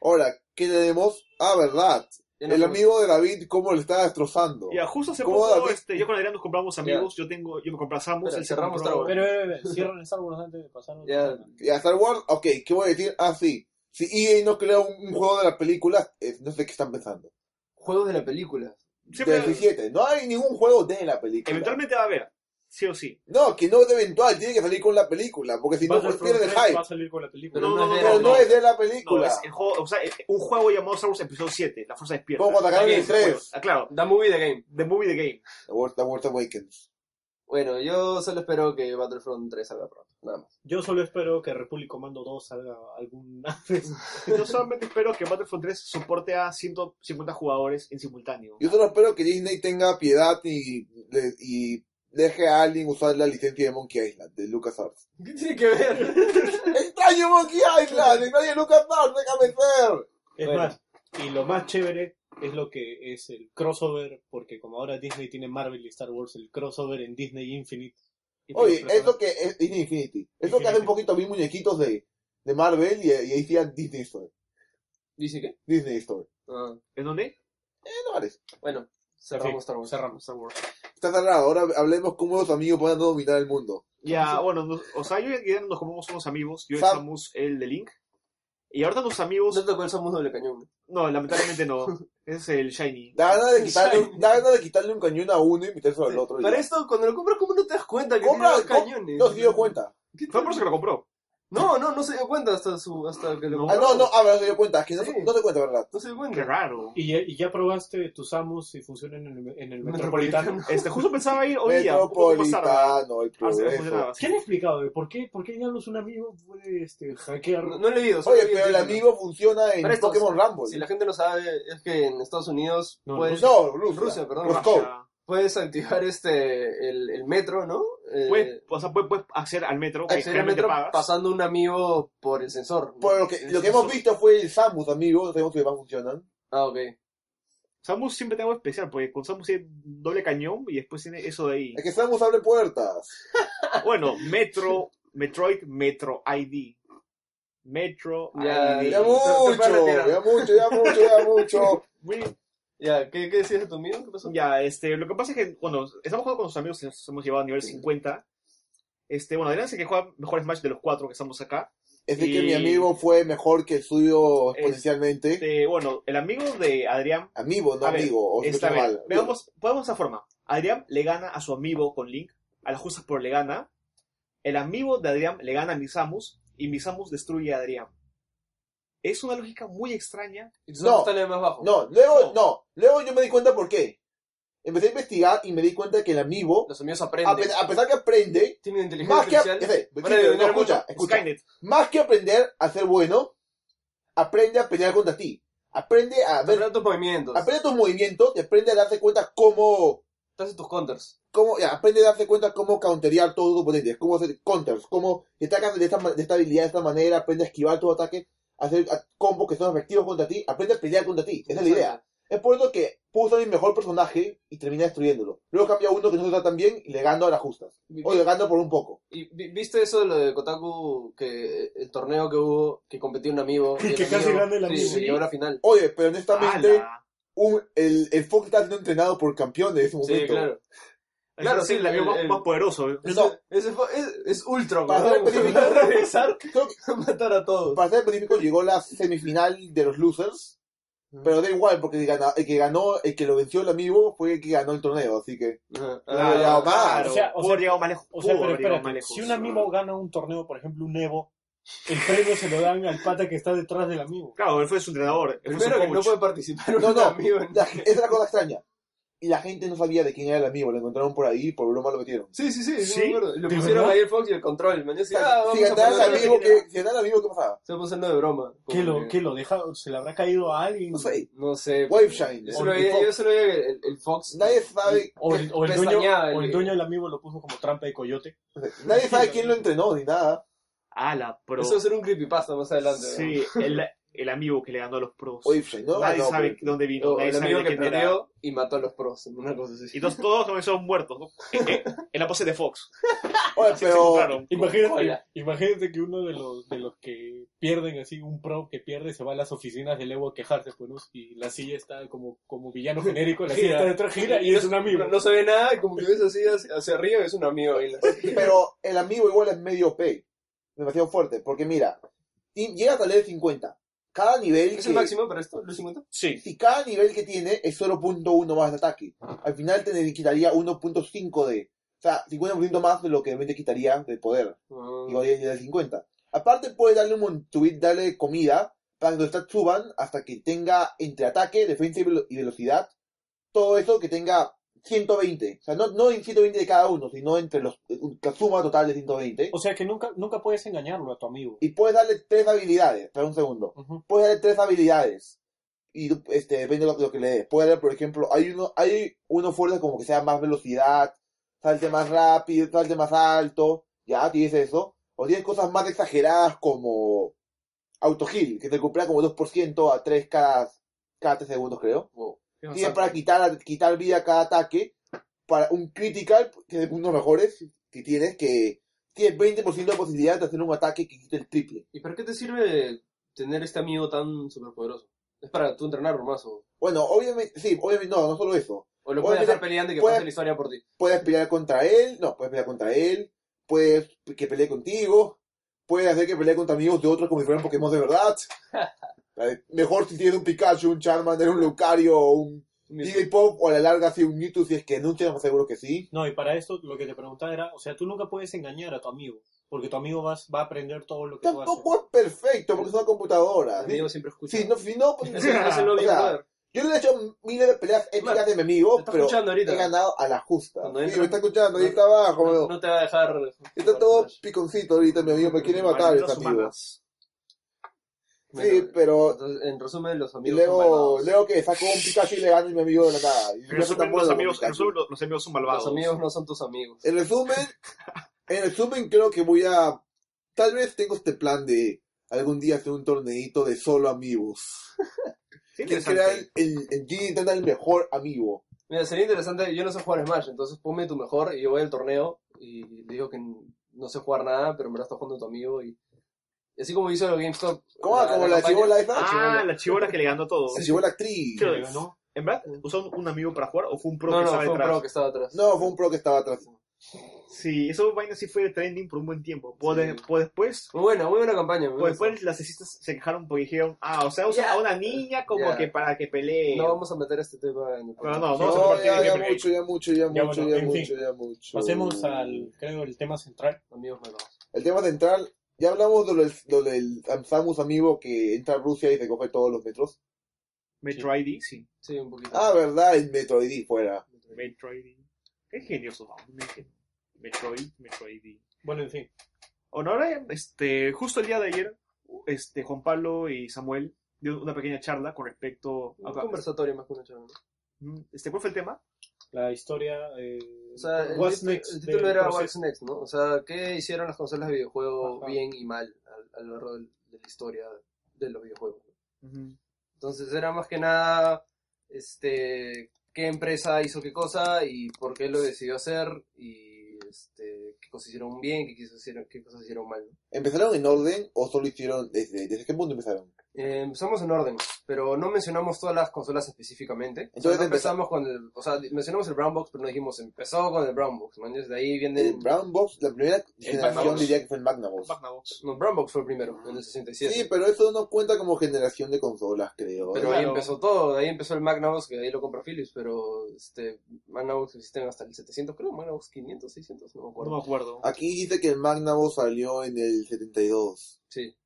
Ahora, ¿qué tenemos? Ah, verdad.
Ya no
el
como-
amigo de David, cómo lo estaba destrozando.
Ya, justo hace
¿Cómo
poco,
la-
este, yo con Adrián nos compramos amigos, yo tengo, yo me compré a Samus,
Espera,
él se
cerramos
compró-
Star
Pero, eh, pero, pero, cierran Star Wars antes de pasar.
Ya.
Y a Star Wars, ok, ¿qué voy a decir? Ah, sí. Si EA no crea un, un juego de las películas, eh, no sé qué están pensando.
Juegos de la película.
Siempre-
Del 17. No hay ningún juego de la película.
eventualmente va a haber, sí o sí.
No, que no es eventual, tiene que salir con la película, porque si no, pues pierde el
va a
hype.
salir con la película.
Pero
no,
no
no,
es de
no,
Pero no
no.
es de la
No,
película.
es el juego, o sea, eh, un juego llamado Star Wars Episodio 7, La Fuerza Despierta.
Como cuando acabaron
Game,
el 3.
Ah, claro,
Da movie the game.
The Movie The Game.
The World, The World Awakens.
Bueno, yo solo espero que Battlefront 3 salga pronto. Nada más.
Yo solo espero que Republic Commando 2 salga alguna vez.
Yo solamente espero que Battlefront 3 soporte a 150 jugadores en simultáneo.
Yo solo espero que Disney tenga piedad y, le- y deje a alguien usar la licencia de Monkey Island, de LucasArts.
¿Qué tiene que ver?
¡Extraño Monkey Island! ¡Extraño LucasArts! ¡Déjame ser!
Es
Bueno.
más, y lo más chévere es lo que es el crossover, porque como ahora Disney tiene Marvel y Star Wars, el crossover en Disney Infinite
Y
Oye,
eh,
películas
es lo
personales.
que es Disney Infinity. Es lo que hace un
Infinity.
poquito vi muñequitos de, de Marvel y, y ahí decía Disney Store.
¿Dice qué?
Disney Store.
Ah,
¿En dónde?
Eh, no parece.
bueno, cerramos Star Wars.
cerramos.
Star Wars.
Está cerrado. Ahora hablemos cómo los amigos pueden dominar el mundo.
Ya, bueno, nos- o sea, yo y Adrián nos comemos unos amigos. Yo y
Sam.
Samus, el de Link. Y ahorita tus amigos.
No te acuerdas, somos doble cañón. ¿no?
No, lamentablemente no. Es el Shiny.
Da ganas de quitarle, un- da ganas de quitarle un cañón a uno y metérselo al otro. y
Para
ya.
esto, cuando lo compras, ¿cómo no te das cuenta que
Compra-
tiene dos
com-
cañones?
No se dio cuenta.
¿Qué
Fue por
tal?
eso que lo compró.
No, no, no se dio cuenta hasta, su, hasta que lo
No.
Ah, no, no, ah, pero no se dio cuenta. Es que no,
Sí.
no se cuenta, ¿verdad?
No se dio
Qué
cuenta.
raro.
¿Y ya, y ya probaste tus amos si funcionan en el, en el
Metropolitano.
metropolitano?
Este, justo pensaba ir hoy día. Un poco más tarde.
Metropolitano, el
A
Ah,
ver si Ah, me
progreso.
funcionaba.
¿Qué han explicado? de ¿Por qué, por qué diablos un amigo puede este, hackear?
No, no he leído. solo
Oye,
leí el
pero el
título.
amigo funciona en
Para esto,
Pokémon Rumble.
Si la gente no sabe, es que en Estados Unidos
No,
puedes,
No, Rusia.
Rusia, perdón.
Roscoe.
Russia.
puedes activar este el, el metro, ¿no? Eh,
Puedes, o sea, puedes, puedes acceder al metro, que
acceder al
generalmente
metro
pagas.
pasando un amigo por el sensor. ¿no?
Por lo que, lo que
Eso-
hemos visto fue el Samus, amigos. Sabemos que más funcionan.
Ah, ok.
Samus siempre tengo especial, porque con Samus tiene doble cañón y después tiene eso de ahí.
Es que Samus abre puertas.
Bueno, Metro, Metroid, Metro ID. Metro
Ya,
ID.
Ya
Te- te puedes
mucho,
retirar.
ya mucho, ya mucho, ya mucho.
Muy-
Ya, ¿qué, qué decías de tu amigo? ¿Qué pasó?
Ya, este, lo que pasa es que, bueno, estamos jugando con sus amigos, nos hemos llevado a nivel 50. Este, bueno, Adrián es el que juega mejor Smash de los cuatro que estamos acá.
Es de que
Y-
mi amigo fue mejor que el suyo
Este-
potencialmente.
Este, bueno, el amigo de Adrián,
Amigo, no
A ver,
amigo. O se
está
escucha
bien.
mal.
Veamos, podemos esta forma. Adrián le gana a su amigo con Link, a las justas por le gana. El amigo de Adrián le gana a Misamus y Misamus destruye a Adrián. Es una lógica muy extraña
Y tú
No.
sabes que está en el más bajo.
No, luego,
No.
no. Luego yo me di cuenta por qué. Empecé a investigar y me di cuenta que el amigo,
Los amigos
a,
aprenden.
pe- a pesar que aprende,
Tienen inteligencia
más que,
artificial.
a- ya sé,
Van a
sí, pero no,
adivinar
escucha,
mucho.
escucha.
Skynet.
Más que aprender a ser bueno, aprende a pelear contra ti. Aprende a ver,
Aprende tus movimientos.
aprende tus movimientos y aprende a darse cuenta cómo,
Te haces tus counters.
cómo ya, aprende a darse cuenta cómo counterear todos tus oponentes, cómo hacer counters, cómo te atacas de esta, ma- de esta habilidad de esta manera, aprende a esquivar tu ataque, hacer a- combos que son efectivos contra ti, aprende a pelear contra ti. Esa es la idea. Es por eso que puedo usar mi mejor personaje y termina destruyéndolo. Luego cambia uno que no se trata tan bien y le gano a las justas.
Vi-
O le gano por un poco.
¿Y vi- viste eso de lo de Kotaku? Que el torneo que hubo, que competió un amigo. y
Que
el
casi
amigo-
gana el amigo.
Sí, se llegó a la final.
Oye, pero honestamente,
¡Hala!
un, el, el Fox está siendo entrenado por campeones en ese momento.
Sí, claro.
Claro, sí, el amigo
el-
más,
el-
más poderoso. eh.
No.
Ese- ese fue- es, es ultra,
Para
weón.
ser específico.
Va a regresar
Creo que,
a matar a todos.
para ser específico, llegó la semifinal de los losers. Pero da igual, porque el, gana- el que ganó, el que lo venció el amigo fue el que ganó el torneo. Así que,
Ajá.
Claro, ya, más.
Claro,
O sea, o
pudo
sea-
haber llegado más lejos.
O sea,
pudo
pero
haber llegado
espérate,
más
si
lejos.
un amigo gana un torneo, por ejemplo, un Evo, el premio se lo dan al pata que está detrás del amigo.
Claro, él fue su entrenador. él fue su
Primero que no
coach.
puede participar
No,
un
no.
amigo. en-
la- esa es la cosa extraña. Y la gente no sabía de quién era el amigo, lo encontraron por ahí y por broma lo metieron.
Sí, sí, sí,
¿Sí?
sí. me acuerdo. Le
¿De
pusieron
verdad?
a Firefox y el control. Man. Yo
Si
decía, ah, vamos a
ganaba el
ponerlo de-
amigo, ¿qué, si ganaba el amigo, ¿qué pasaba?
Se puso haciendo de broma.
¿Qué lo,
Como
qué lo deja? ¿Se le habrá caído a alguien?
No sé.
No sé.
Waveshine.
Yo solo veía yo solo veía que el, el Fox.
eh. Nadie sabe
O el, o el dueño,
Pestañeaba el-
o Pues, el dueño del amigo lo puso como trampa de coyote.
Nadie sabe quién lo entrenó ni nada.
¡Hala! Pero.
Eso va a ser un creepypasta más adelante.
sí, el, el amigo que le ganó a los pros.
Oye, no,
nadie
Ah, no,
sabe
pero-
dónde
¿no?
vino,
O
nadie
el
sabe
amigo
de
que
quién era.
perdió y mató a los pros. Una cosa
Y
así.
todos, todos comenzaron muertos, ¿no? Eh, eh, en la pose de Fox.
Oye,
Así se
pero
encontraron.
Imagínate,
Cola.
imagínate que uno de los, de los que pierden, así, un pro que pierde, se va a las oficinas del Evo a quejarse, pues, ¿no? Y la silla está como, como villano genérico, la silla
Gira.
está detrás, gira y es un amigo.
No, no se ve nada y como que ves así hacia, hacia arriba y es un amigo. ahí.
pero el amigo igual es medio OP. Demasiado fuerte. Porque mira, ti- llega hasta level 50. Cada nivel.
¿Es
que-
el máximo para esto? ¿Lo 50?
Sí.
Si cada nivel que tiene es 0.1 más de ataque. Al final te le quitaría 1.5 de. O sea, 50% más de lo que realmente quitaría de poder.
Ah,
Igual es nivel 50. Aparte, puedes darle un mon- subir- darle comida para que los stats suban hasta que tenga entre ataque, defensa y, velo- y velocidad. Todo eso que tenga 120. O sea, no, no en 120 de cada uno, sino entre los. eh, La suma total de 120.
O sea que nunca, nunca puedes engañarlo a tu amigo.
Y puedes darle tres habilidades. Espera un segundo.
Ujú.
Puedes darle tres habilidades. Y este, depende de lo, lo que le des. Puedes darle, por ejemplo, hay uno, hay uno fuerte como que sea más velocidad, salte más rápido, salte más alto. Ya tienes eso. O tienes cosas más exageradas como autogil, que te recupera como 2% a 3 cada, cada 3 segundos, creo. Tienes para quitar, quitar vida a cada ataque. Para un critical, que es uno de los mejores, que tienes que tiene 20% de posibilidad de hacer un ataque que quite el triple.
¿Y para qué te sirve tener este amigo tan superpoderoso? Es para tú entrenarlo más o,
Bueno, obviamente, sí, obviamente no, no solo eso.
o lo puedes
Oye,
dejar peleando y que
puede-
pase la historia por ti.
Puedes pelear contra él, no, puedes pelear contra él, puedes que pelee contigo, puedes hacer que pelee contra amigos de otros como si fueran Pokémon de verdad. Eh, Mejor si tienes un Pikachu, un Charmander, un Lucario, o un Pop o a la larga si un Mewtwo, si es que anuncian, más seguro que sí.
No, y para esto lo que te preguntaba era, o sea, tú nunca puedes engañar a tu amigo, porque tu amigo vas, va a aprender todo lo que tú haces.
Tampoco es perfecto porque es una computadora.
El
Si,
amigo siempre escucha.
si no, si no, pues,
Ese- ese lo
o
vi,
sea,
brother.
yo le he hecho miles de peleas épicas
Mar,
de mi amigo,
te está
pero
escuchando ahorita.
he ganado a la justa.
Cuando
Sí,
entra-
me está escuchando, ahí
no-
está abajo.
No,
amigo.
no te va a dejar.
Está todo
pues,
piconcito ahorita, mi amigo. Me quiere matar ese
Maneras
amigo.
humanas.
Sí, pero.
Entonces, en resumen, los
Y
amigos. son
luego,
malvados.
luego que sacó un Pikachu y le gana a mi amigo de la nada. Y yo
En
creo que
resumen,
tampoco
los
lo
amigos, en
Pikachu.
resumen, los- los amigos son malvados.
Los amigos no son tus amigos.
En resumen, en resumen creo que voy a... Tal vez tengo este plan de algún día hacer un torneito de solo amigos.
Sí,
¿Quién será el,
interesante.
el, el Jin Intenta el mejor amigo?
Mira, sería interesante. Yo no sé jugar Smash, entonces ponme tu mejor y yo voy al torneo y le digo que no sé jugar nada, pero me lo está jugando tu amigo y. y así como hizo el GameStop.
¿Cómo? ¿Como la
campaña-
chibola esa?
Ah, la chibola que le ganó a todos.
La chibola actriz.
Creo-
¿no?
¿En verdad usó un amigo para jugar o fue un pro
No,
que
no,
estaba
fue un
detrás?
pro que estaba atrás.
No, fue un pro que estaba atrás.
Sí, eso vaina sí fue trending por un buen tiempo. Pues,
Sí.
de- pues después,
Muy buena, muy buena campaña. me
pues
gusta.
después las cesistas se quejaron porque dijeron, ah, o sea, usan
Ya.
a una niña como
Ya.
que para que pelee.
No vamos a meter este tema en el
no, no,
No,
vamos a compartir
ya,
el
ya
gameplay.
mucho, ya mucho, ya
Ya,
mucho,
bueno,
ya
en
mucho,
fin.
ya mucho.
Pasemos al, creo, el tema central.
Amigos malvados.
El tema central, ya hablamos de lo del, lo del Samus amigo que entra a Rusia y se coge todos los metros.
Metro ID, sí.
Sí, un poquito.
Ah, verdad, el Metro ID fuera.
Metro ID. Qué genioso, vamos. un ingenio. Metroid, Metro ID.
Bueno, en fin.
Bueno, ahora, este, justo el día de ayer, este, Juan Pablo y Samuel dieron una pequeña charla con respecto
Un
a...
conversatorio más que una charla. ¿no?
Este, ¿Cuál fue el tema?
La historia... eh,
O sea, el,
What's
título-
next
el
del
título era
proceso.
What's Next, ¿no? O sea, ¿qué hicieron las consolas de videojuegos
Ajá.
bien y mal a, a lo largo del- de la historia de los videojuegos? ¿no? Entonces era más que nada, este, qué empresa hizo qué cosa y por qué lo decidió hacer y, este, qué cosas hicieron bien, qué cosas hicieron, qué cosas hicieron mal, ¿no?
¿Empezaron en orden o solo hicieron desde, desde qué punto empezaron?
Eh, empezamos en orden, pero no mencionamos todas las consolas específicamente. Entonces
Entonces
empezamos con el, o sea, mencionamos el Brown Box, pero no dijimos empezó con el Brown Box, man. Desde ahí viene
El
el,
Brown Box, la primera generación
Magnavox.
diría que fue el Magnavox.
Magnavox.
no, Brown Box fue el primero, en el
Sí, pues,
67.
pero eso no cuenta como generación de consolas, creo. ¿eh?
pero ahí
claro.
empezó todo, de ahí empezó el Magnavox, que de ahí lo compró Philips, pero este, Magnavox existen hasta el 700, creo, Magnavox 500, 600, no me
No
acuerdo.
me acuerdo.
Aquí dice que el Magnavox salió en el 72.
Sí,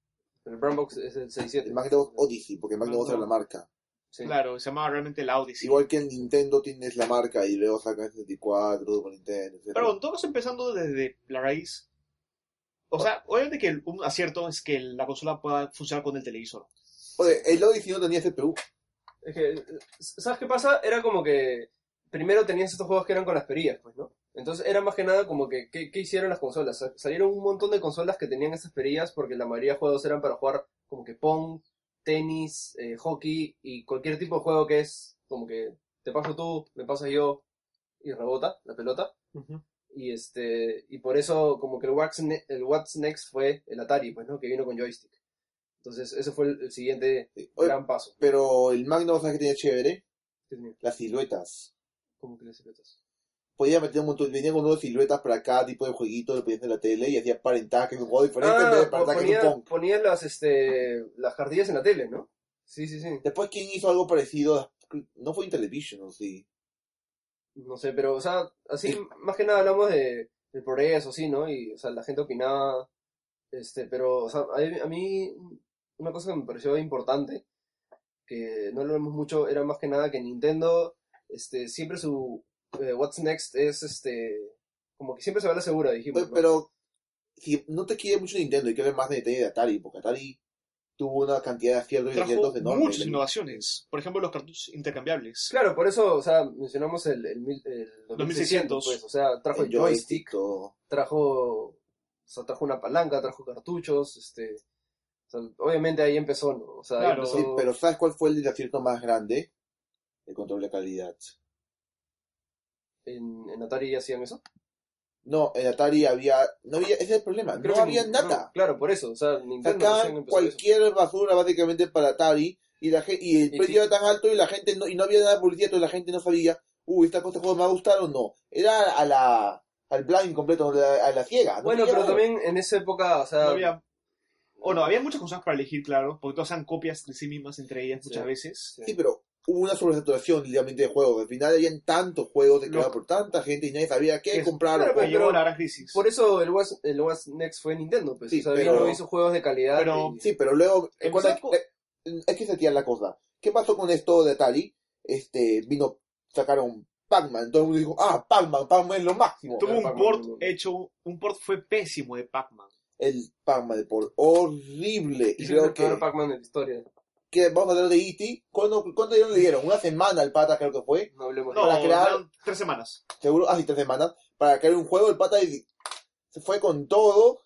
el Brown Box es el 67.
El Magnavox Odyssey, porque Magnavox era la marca.
Sí.
Claro, se llamaba realmente la Odyssey.
Igual que el Nintendo tienes la marca y luego sacan el 74, Super Nintendo, etc.
Pero todos empezando desde la raíz. O sea, obviamente que el- un acierto es que la consola pueda funcionar con el televisor.
Oye, el Odyssey no tenía CPU.
Es que, eh, ¿sabes qué pasa? Era como que primero tenías estos juegos que eran con las perillas, pues, ¿no? Entonces era más que nada como que, ¿qué, qué hicieron las consolas? Sa- Salieron un montón de consolas que tenían esas perillas porque la mayoría de juegos eran para jugar como que Pong, tenis, eh, hockey y cualquier tipo de juego que es como que te paso tú, me paso yo y rebota la pelota.
ujú.
Y este y por eso como que el What's, Ne- el What's Next fue el Atari, pues, ¿no? Que vino con joystick. Entonces ese fue el, el siguiente
Sí. Oye,
gran paso.
pero el Magnavox, ¿sabes qué tenía chévere?
que tenía.
Las siluetas.
Como que las secretas.
Podía meter un montón, venía con unas siluetas para cada tipo de jueguito, lo ponías en la tele y hacía aparentar que es un juego diferente en vez de aparentar que
Ah, ponía,
es un Pong.
ponía las, este, las cartillas en la tele, ¿no? Sí, sí, sí.
Después, ¿quién hizo algo parecido? No fue Intellivision, ¿o sí?
No sé, pero, o sea, así, más que nada hablamos de, del progreso, sí, ¿no? Y, o sea, la gente opinaba, este, pero, o sea, a mí, a mí una cosa que me pareció importante, que no lo vemos mucho, era más que nada que Nintendo, este, siempre su eh, What's Next es, este, como que siempre se va a la segura, dijimos.
Oye,
¿no?
Pues, pero si no te quiere mucho Nintendo y que ver más de detalle de Atari, porque Atari tuvo una cantidad de aciertos y
Trajo
desaciertos enormes.
muchas innovaciones. Por ejemplo, los cartuchos intercambiables.
Claro, por eso, o sea, mencionamos el, el, mil- el 2600,
2600.
pues, o sea, trajo el
el joystick,
joystick,
todo.
trajo, o sea, trajo una palanca, trajo cartuchos, este, o sea, obviamente ahí empezó, ¿no? O sea, ahí
Claro.
empezó-
Sí, pero ¿sabes cuál fue el desacierto más grande? El control de calidad.
en, en Atari ya hacían eso.
No, en Atari había. No había ese es el problema.
Creo
no
que
había
ni- no,
nada.
claro, por eso. O sea, Nintendo recién
Sacaban
empezó
cualquier basura básicamente para Atari y, la, ge- y el
Y
precio
sí.
era tan alto y la gente no, y no había nada de publicidad, entonces la gente no sabía, uy, esta cosa juego me va a gustar o no. Era a la, al blind completo, a la, a la ciega.
eso.
no
Bueno,
sabía
pero
nada.
también en esa época, o sea,
No había... O no, había muchas cosas para elegir, claro, porque todas eran copias de sí mismas entre ellas muchas
Sí.
veces.
este,
Sí, pero hubo una sobresaturación literalmente de juegos. Al final habían tantos juegos de
No.
por tanta gente y nadie sabía qué
Es-
comprar o
Claro,
Pero
cómo.
llegó
pero-
la gran crisis.
por eso el What's, el What's Next fue Nintendo. Pues.
Sí,
o sea,
pero-
vino, hizo juegos de calidad.
pero-
y-
Sí, pero luego.
Empezó
cuando-
con-
eh, hay que setear la cosa. ¿Qué pasó con esto de Atari? Este, vino, sacaron Pac-Man. Todo el mundo dijo, ah, Pac-Man, Pac-Man es lo máximo.
Tuvo un
Pac-Man,
port
no, no.
hecho, un port fue pésimo de Pac-Man.
El Pac-Man de por horrible. Y
Ese es
creo
el
que,
peor Pac-Man de la historia.
que vamos a hablar de E.T. ¿Cuándo, ¿Cuánto dinero le dieron? Una semana al pata, creo que fue.
No hablemos
No,
de
Para crear-
eran tres semanas.
Seguro, así tres semanas. Para crear un juego, el pata y- se fue con todo.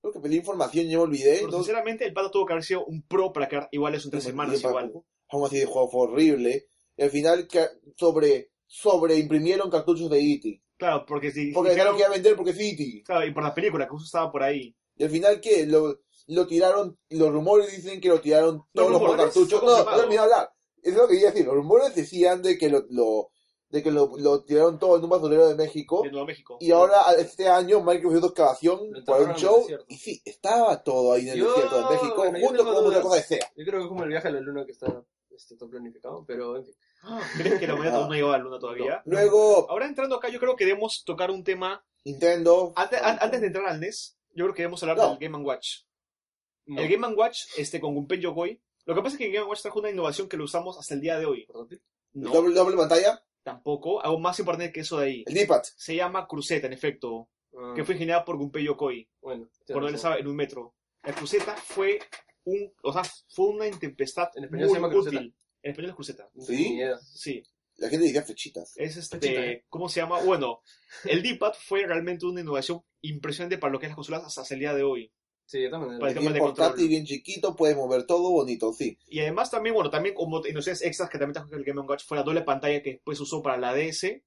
Creo que pedí información y yo me olvidé.
Pero
entonces-
sinceramente, el pato tuvo que haber sido un pro para crear iguales en tres
Yo me
semanas
olvidé,
igual.
Paco. Aún así, el juego fue horrible. Y al final, ca- sobre, sobre imprimieron cartuchos de E.T.
Claro, porque si...
Porque dijeron
dijeron-
que iba a vender porque es E E.T.
claro, y por la película, que justo estaba por ahí.
Y al final, ¿qué? Lo, lo tiraron, los rumores dicen que lo tiraron todos los
rumores?
cartuchos.
Fue
No, no
confirmado.
terminé de hablar. Eso es lo que quería decir. Los rumores decían de que lo, lo- de que lo, lo tiraron todo en un basurero de México.
de Nuevo México.
Oh, Y ahora, a- este año, Minecraft hizo excavación
Lo
para un
enterraron en el
show.
desierto.
Y sí, estaba todo ahí en el
Yo-
desierto de México,
bueno, yo
junto
tengo
con otra
dudas.
cosa de SEA.
Yo creo que es como el viaje a la luna que está, este, está planificado, pero en fin.
¿Crees que la humanidad no ha llegado a la luna todavía?
Luego,
Ahora entrando acá, yo creo que debemos tocar un tema.
Nintendo.
Antes, an- antes de entrar al NES, yo creo que debemos hablar
No.
del Game Watch. El Game Watch, este, con Gunpei Yokoi. Lo que pasa es que el Game Watch trajo una innovación que lo usamos hasta el día de hoy.
¿Portátil?
No,
Doble, doble pantalla,
tampoco. Algo más importante que eso de ahí.
el D-pad.
Se llama cruceta, en efecto,
Ah,
que fue ingeniada por Gunpei Yokoi,
Bueno, tienes
por no
razón.
le sabe, en un metro. La cruceta fue un, o sea, fue una intempestad
En español
muy
se llama
útil.
cruceta.
En español es cruceta,
No
¿Sí?
tenía ni idea.
sí.
La gente diría flechitas.
Es este,
Pechita.
¿cómo se llama? Bueno, el D-pad fue realmente una innovación impresionante para lo que es las consolas hasta el día de hoy.
Sí, de todas
Para
maneras.
Es
el
bien
tema de
portátil,
control.
bien chiquito, puedes mover todo bonito, sí.
Y además también, bueno, también como innovaciones extras que también trajo el Game Watch fue la doble pantalla que después usó para la DS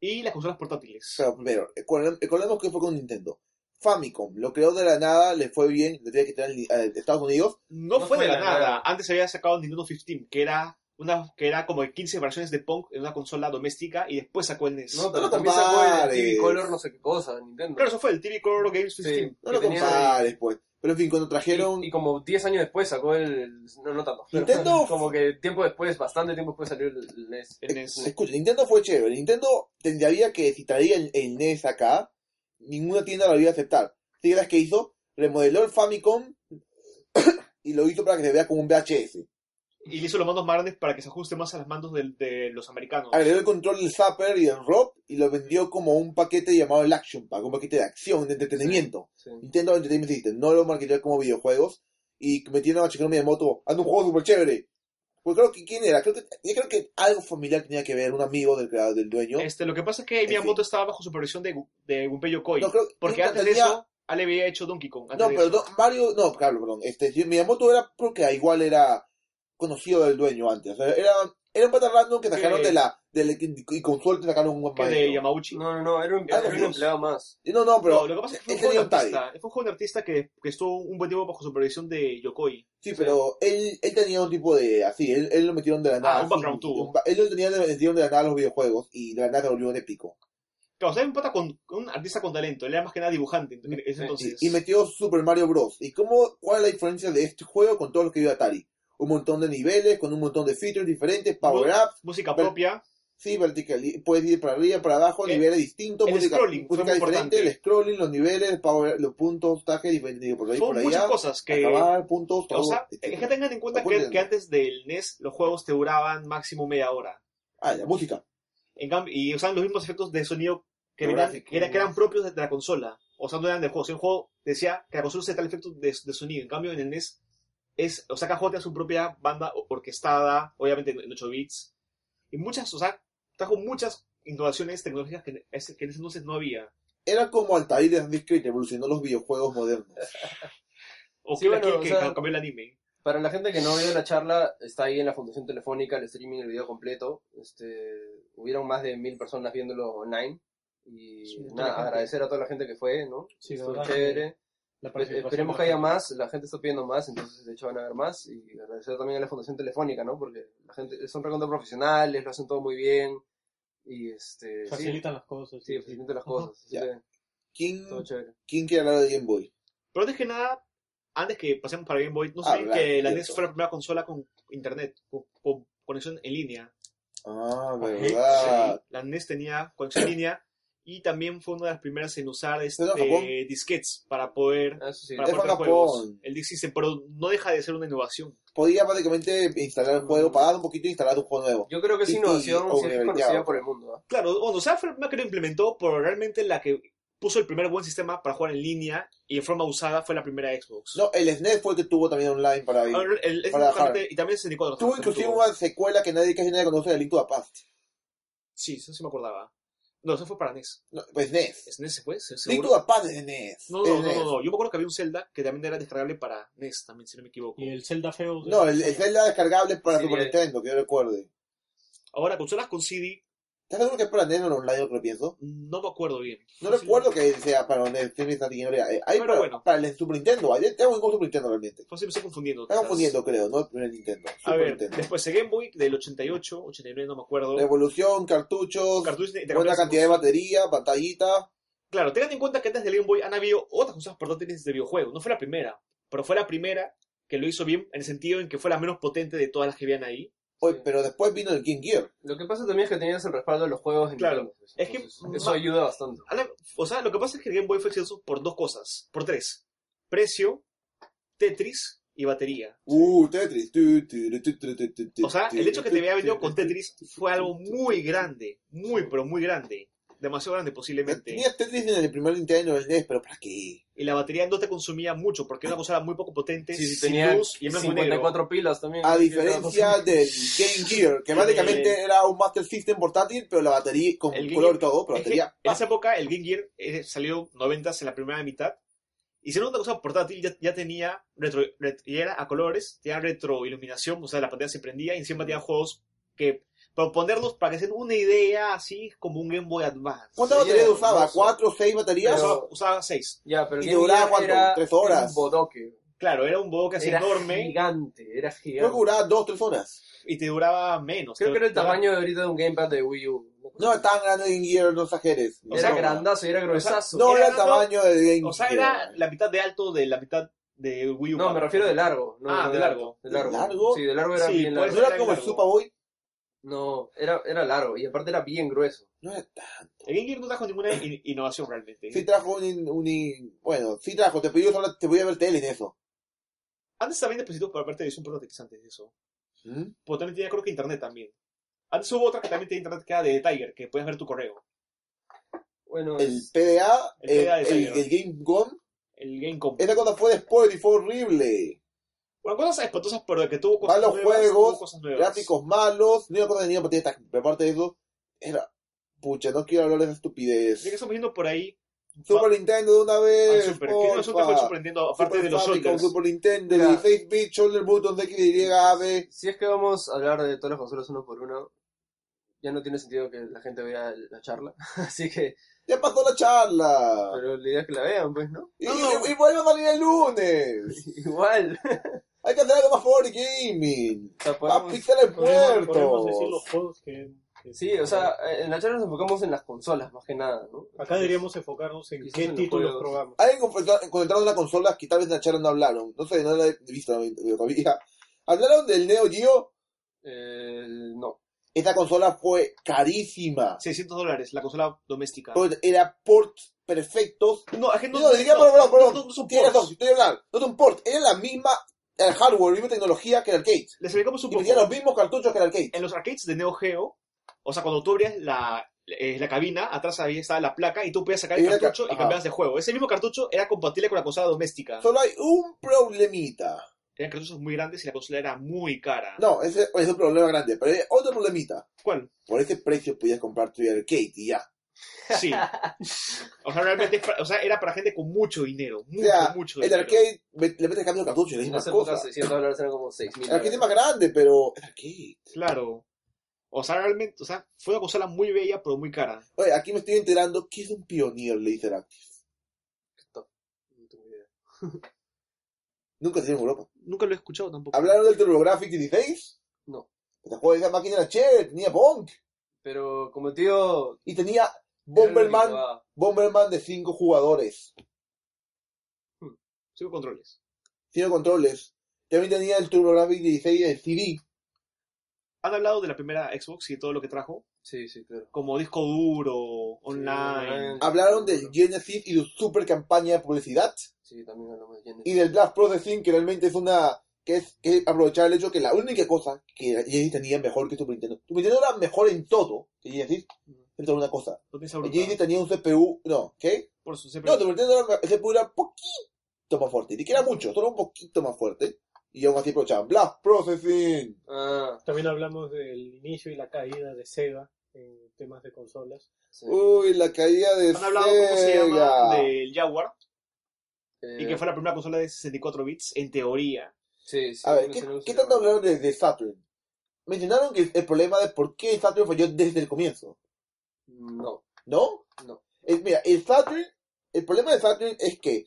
y las consolas portátiles.
Pero primero, recordem- recordemos que fue con Nintendo. Famicom lo creó de la nada, le fue bien, le tenía que traer a Estados Unidos.
No,
No
fue de
fue
la
la
nada.
nada.
Antes se había sacado Nintendo 15, que era una que era como de 15 versiones de Pong en una consola doméstica y después sacó el E NES.
No,
No
pero
lo
también sacó el
compares.
TV Color, no sé qué cosa, Nintendo.
Claro, eso fue el TV Color Games 15.
Sí,
No
que
lo
tenía-
compares, pues. Pero en fin, cuando trajeron.
Y, y como 10 años después sacó el. el- No, no tanto. pero
Nintendo-
Como que tiempo después, bastante tiempo después salió el, el E NES.
El E
es-
NES.
Escucha, Nintendo fue chévere. Nintendo tendría que, si traía el, el NES acá, ninguna tienda lo iba a aceptar. ¿Sí verás qué hizo? Remodeló el Famicom y lo hizo para que se vea como un VHS.
Y le hizo los mandos más grandes para que se ajuste más a los mandos del- de los americanos.
agregó el control del Zapper y el Rob y lo vendió como un paquete llamado el Action Pack, un paquete de acción, de entretenimiento.
Sí.
Nintendo Entertainment System, no lo marketeó como videojuegos y metiendo a Shigeru moto anda un juego súper chévere. Pues creo que, ¿quién era? Creo que, yo creo que algo familiar tenía que ver, un amigo del creador, del dueño.
Este, lo que pasa es que
En
Miyamoto
fin.
estaba bajo supervisión de, Gu- de Gunpei Yokoi.
No, creo- creo
porque
que
antes de
tenía-
eso, Ale había hecho Donkey Kong. antes
No,
de
pero
eso.
no, Mario, no, Carlos, perdón. Este, yo- Miyamoto era porque igual era conocido del dueño antes. O sea, era, era un pata random que sacaron
Que-
de la, de la- y con suerte sacaron un buen
Que de
maestro.
Yamauchi.
No, no, no, era un,
Ah,
era un
Dios.
empleado más.
No, no, pero
No, lo que pasa es que fue un
ese
joven
era un
artista. Fue un joven artista que, que estuvo un buen tiempo bajo supervisión de Yokoi.
Sí, pero él, él tenía un tipo de. Así, él, él lo metieron de la nada.
Ah, un background
así,
tuvo.
ba- él lo tenía, lo metieron de la nada a los videojuegos y de la nada se volvió un épico.
Claro, o sea, era un, pata con, un artista con talento. Él era más que nada dibujante en ese
Sí,
entonces.
Mm, Y, y metió Super Mario Bros. ¿Y cómo, cuál es la diferencia de este juego con todo lo que vio Atari? Un montón de niveles, con un montón de features diferentes, power-ups,
Música
Pero-
propia.
sí, vertical, puedes ir para arriba, para abajo,
Eh,
niveles distintos,
el
música,
scrolling fue
música
muy
diferente,
importante.
el scrolling, los niveles, power, los puntos, tajes diferentes, por ahí, por
Son muchas
allá,
cosas que...
acabar, puntos, todo. este
O sea, eh, es que
etcétera.
tengan en cuenta que,
Acuérdense.
que antes del NES los juegos te duraban máximo media hora.
Ah, la música.
En cambio, y usaban los mismos efectos de sonido que,
Lo
venían-
gráfico.
que era- que eran propios de, de la consola. O sea, no eran del juego. Si un juego decía que la consola usa tal efecto de, de sonido. En cambio, en el NES, es, o sea, cada juego tenía su propia banda o- orquestada, obviamente en en 8 bits. Y muchas, o sea, trajo muchas innovaciones tecnológicas que en ese, que en ese entonces no había.
Era como Altair de Andy Creek evolucionó los videojuegos modernos.
O
Sí,
que era
bueno,
quien que
o sea-
cambió el anime.
Para la gente que no vio la charla, está ahí en la Fundación Telefónica, el streaming, el video completo. Este, hubieron más de mil personas viéndolo online. Y
Sí, mucha
nada,
gente.
agradecer a toda la gente que fue, ¿no?
Sí,
Estuvo
la verdad.
chévere.
La
Pues,
participación
esperemos
de
que
la
haya
gente.
más, la gente está pidiendo más, entonces de hecho van a haber más. Y agradecer también a la Fundación Telefónica, ¿no? Porque la gente son recontra profesionales, lo hacen todo muy bien. Y este. sí,
Facilitan las cosas.
Sí, facilitan las cosas. así
Ya.
que
¿Quién,
todo chévere.
¿Quién quiere hablar de Game Boy?
Pero antes que nada, antes que pasemos para Game Boy, no
Ah,
sabía
claro,
que la
cierto.
NES fue la primera consola con internet, con, con conexión en línea.
Ah,
Ajá.
verdad.
Sí, la NES tenía conexión en línea y también fue una de las primeras en usar este,
Pero en Japón.
disquetes para poder
Ah, Eso sí.
para
Es
poder
para
jugar juegos.
Japón.
El Disk System, pero no deja de ser una innovación.
Podía prácticamente instalar el juego,
Mm.
pagar un poquito e instalar un juego nuevo.
Yo creo que esa
Sí, sí,
innovación sí es
obviamente,
conocida
claro.
por el mundo. ¿ah?
Claro, bueno, o sea, fue la primera que lo implementó, pero realmente la que puso el primer buen sistema para jugar en línea y en forma usada fue la primera Xbox.
No, el SNES fue el que tuvo también online para ahí.
Ahora, el- el-
Para bajar.
realmente- y también el 64.
Tuvo
también
inclusive
tuvo.
una secuela que nadie casi nadie conoce de Link to the Past.
Sí, eso sí me acordaba. No, eso fue para E NES.
No, pues NES.
¿SNES E se fue? ¿Se-
Link
seguro?
to the Past es NES.
No, no,
Es E
no,
NES.
no, no. Yo me acuerdo que había un Zelda que también era descargable para NES, también, si no me equivoco.
Y el Zelda feo. de-
No, el, el Zelda descargable es para
Sí,
Super
eh.
Nintendo, que yo recuerde.
Ahora, consolas con CD,
¿Estás seguro que es para NES o online, yo lo pienso?
no me aacuerdo bien.
No
Sí, sí.
recuerdo que sea para NES, tiene esta tecnología. Eh, Hay
Pero
para,
bueno.
para el Super Nintendo, hay tengo ningún Super Nintendo realmente.
Fácil, me estoy confundiendo.
Está
quizás.
confundiendo, creo, ¿no? El primer Nintendo.
A
Super
ver,
Nintendo.
después el Game Boy del 88, 89, no me acuerdo.
Revolución, cartuchos,
Cartuchos de- de-
buena cantidad de batería, pantallita.
Claro, tengan en cuenta que antes del Game Boy han habido otras consolas portátiles de videojuegos. No fue la primera, pero fue la primera que lo hizo bien en el sentido en que fue la menos potente de todas las que habían ahí.
Oye,
Sí.
pero después vino el King Gear.
Lo que pasa también es que tenías el respaldo de los juegos en
Claro.
Nintendo, pues,
Es que-
entonces, eso ayuda bastante.
Ahora, O sea, lo que pasa es que el Game Boy fue exitoso por dos cosas, por tres. Precio, Tetris y batería.
Uh, Tetris. Tu, tu, tu, tu, tu, tu, tu, tu,
O sea, el hecho que te había vendido con
tu, tu,
Tetris fue algo muy grande, muy, pero muy grande. Demasiado grande
tu.
posiblemente.
Tenías Tetris en el primer Nintendo del NES, pero ¿para qué?
Y la batería no te consumía mucho porque era una consola muy poco potente,
Sí, sí,
sin
tenía
luz y en blanco y negro.
54 pilas también.
A
Sí,
diferencia del Game Gear, que básicamente era un Master System portátil, pero la batería con
El Game
color
Gear-
y todo, pero
Es que
batería.
en esa época el Game Gear eh, salió 90 en la primera mitad. Y si era una cosa portátil, ya, ya tenía retro, ret- y era a colores, tenía retroiluminación, o sea, la pantalla se prendía y encima tenía juegos que para ponerlos para que se den una idea así como un Game Boy Advance.
¿Cuántas
sería
baterías usaba?
hermoso.
¿Cuatro o seis baterías?
Pero-
Usaba- Usaba 6.
Ya, pero
¿Y
el
te
Game
duraba
Gear
cuánto?
era
¿Tres horas?
Un bodoque.
Claro, era un bodoque así
Era
enorme
gigante, era
Creo que
gigante.
duraba dos o tres horas.
y te duraba menos.
Creo
te-
que era el
te daba-
tamaño de ahorita de un gamepad de Wii U.
No era tan grande Game Gear, no exageres.
O
era
sea,
grandazo, era gruesazo.
No era
Era
el
grande-
tamaño de Game Gear.
O sea, era la mitad de alto de la mitad de Wii U.
No, me refiero de largo. No,
Ah,
no
de largo.
De largo.
¿De largo?
Sí, de largo era
Sí,
bien
pues,
¿No
largo.
era como el
largo.
Super Boy?
No, era, era largo y aparte era bien grueso.
No era tan.
El Game Gear no trajo ninguna in- innovación realmente.
Sí trajo un, in- un in- bueno, sí trajo, te pidió solo- te podía ver tele en eso.
Antes también depositó por parte de un portátil que es antes de eso.
¿Mm?
Pero también tenía, creo que internet también. Antes hubo otra que también tenía internet que era de Tiger, que puedes ver tu correo.
Bueno,
El
es-
PDA,
El
el,
PDA de
el,
Tiger.
el Game Gun,
El Game Comp.
esa cosa fue después y fue horrible.
Bueno, cosas espantosas, pero de que tuvo cosas
Malos
nuevas.
juegos,
tuvo cosas nuevas.
Gráficos malos, ni una cosa tenía partida táctica, pero aparte de eso, era, pucha, no quiero hablar de esa estupidez.
Ya que estamos yendo por ahí.
Super Nintendo de una vez,
al Super. ¿Qué innovación te fue
porfa.
sorprendiendo? Aparte
Super
de los
Famicom,
shooters.
Super Nintendo,
Ya.
16 bits, shoulder buttons, XY, AB.
si es que vamos a hablar de todas las consolas uno por uno, ya no tiene sentido que la gente vea la charla. Así que,
Ya pasó la charla.
pero la idea es que la vean, pues, ¿no?
Y,
No, no.
y- y vuelve a salir el lunes.
Igual.
Hay que hacer algo más por gaming.
O sea,
Va a
podemos-
picar el
Podemos- Podemos decir
puerto.
los juegos que. que-
Sí, o sea, en la charla nos enfocamos en las consolas más que nada, ¿no?
Acá deberíamos enfocarnos en
Quizás
qué
en los
títulos
juegos.
probamos.
Alguien confrontó- encontraron las consolas que tal vez en la charla no hablaron. No sé, no la he visto todavía. Hablaron del Neo Geo.
Eh, no.
Esta consola fue carísima.
600 dólares, la consola doméstica.
Porque Era ports perfectos.
No, es que no,
No, diría,
no,
perdón, perdón,
no, no,
perdón.
no son
Tienes razón,
ports.
si estoy hablando. No son ports. Era la misma el hardware, la misma tecnología que el arcade.
Les explicamos un
Y metían los
poco.
mismos cartuchos que el arcade.
En los arcades de Neo Geo, o sea, cuando tú abrías la, eh, la cabina, atrás había estaba la placa y tú podías sacar el
Y era ca-
cartucho y
ajá.
cambiabas de juego. Ese mismo cartucho era compatible con la consola doméstica.
Solo hay un problemita.
Eran cartuchos muy grandes y la consola era muy cara.
No, ese ese es un problema grande, pero hay otro problemita.
¿Cuál?
Por ese precio podías comprar tu arcade y ya.
Sí. O sea, realmente es para- o sea, era para gente con mucho dinero. Mucho,
o sea,
mucho
el
dinero.
arcade me- le metes cambio de cartucho y le
En
dices
esa
más
época
cosas.
600 dólares eran como 6.000.
El arcade es
dólares.
más grande, pero. el arcade.
Claro. O sea, realmente, o sea, fue una consola muy bella, pero muy cara.
Oye, aquí me estoy enterando que es un pionero el Interactive.
No tengo idea.
Nunca se dio en Europa.
Nunca lo he escuchado tampoco.
¿Hablaron del TurboGrafx 16?
No.
¿Te acuerdas? Esa máquina era chévere, tenía Bonk.
Pero como tío...
Y tenía Bomberman,
ah,
Bomberman de 5 jugadores.
Cinco controles.
Tiene controles. También tenía el TurboGrafx 16 de CD.
Han hablado de la primera Xbox y todo lo que trajo,
Sí, sí, claro.
como disco duro, online.
online.
Hablaron del Genesis y de su super campaña de publicidad.
Sí, también hablamos de Genesis.
Y del Blast Pro de Zinc, que realmente es una. que es que es aprovechar el hecho que la única cosa que Genesis tenía mejor que Super Nintendo. Super Nintendo era mejor en todo que Genesis, excepto en una cosa.
No tiene
El
sabor.
Genesis tenía un CPU. No, ¿qué?
Por su
No, Super Nintendo era, el CPU era poquito más fuerte. Ni que era mucho, solo un poquito más fuerte. Y aún así aprovechaban Blast Processing.
Ah,
También hablamos del inicio y la caída de Sega en temas de consolas.
sí.
Uy, la caída de.
Han hablado, ¿cómo se llama?
Sega.
Del Jaguar,
Eh,
y que fue la primera consola de 64 bits, en teoría.
Sí, sí.
A ver,
no
¿qué,
sé cómo se
qué
llama.
tanto hablaron de, de Saturn? Mencionaron que el problema de por qué Saturn falló desde el comienzo,
No.
¿no?
No.
Eh, mira, el Saturn, el problema de Saturn es que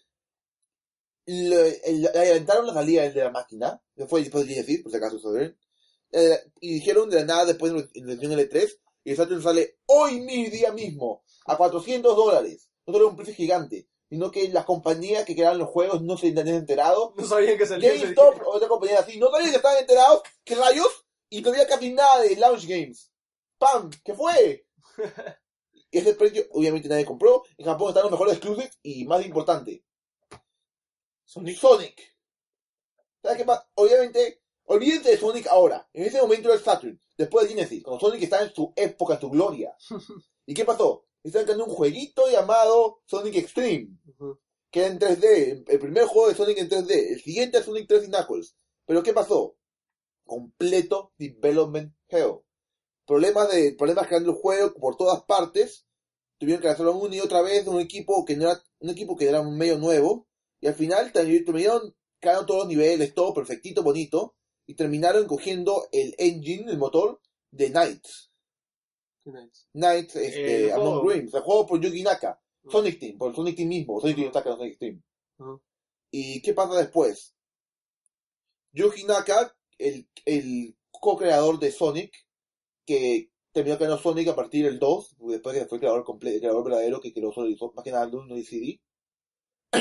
le, el- le adelantaron la salida de la máquina, que fue después del decir, por si acaso Saturn, eh, y dijeron de la nada después de la invención del E3, y el Saturn sale hoy mi día mismo, a 400 dólares. No solo un precio gigante, sino que las compañías que creaban los juegos no se han enterado
No sabían que salía ese día.
GameStop, otra compañía así, no sabían que estaban enterados, que rayos, y no había casi nada de Launch Games. ¡Pam! ¿Qué fue? Y ese precio, obviamente nadie compró. En Japón están los mejores exclusives y más importante, Sonic. Sonic. ¿Sabes qué más? Obviamente, olvídense de Sonic ahora. En ese momento era el Saturn, después de Genesis, cuando Sonic está en su época, en su gloria. ¿Y qué pasó? Están creando un jueguito llamado Sonic Extreme
Ujú.
que era en 3D, el primer juego de Sonic en 3D, el siguiente es Sonic 3 y Knuckles. Pero ¿qué pasó? Completo development hell. Problemas de problemas creando el juego por todas partes. Tuvieron que hacerlo una y otra vez un equipo que no era un equipo que era medio nuevo y al final termi- terminaron creando todos los niveles, todo perfectito, bonito y terminaron cogiendo el engine, el motor de Knights.
Good night.
Knights este,
El
Among
juego.
Dreams, el juego por Yugi Naka,
Ujú.
Sonic Team, por Sonic Team mismo, Sonic Team
Ujú.
Naka, Sonic Team.
Ujú.
¿Y qué pasa después? Yuji Naka, el, el co-creador de Sonic, que terminó creando Sonic a partir del 2, después que fue el creador, comple- el creador verdadero que creó Sonic, más que nada el 1 y CD,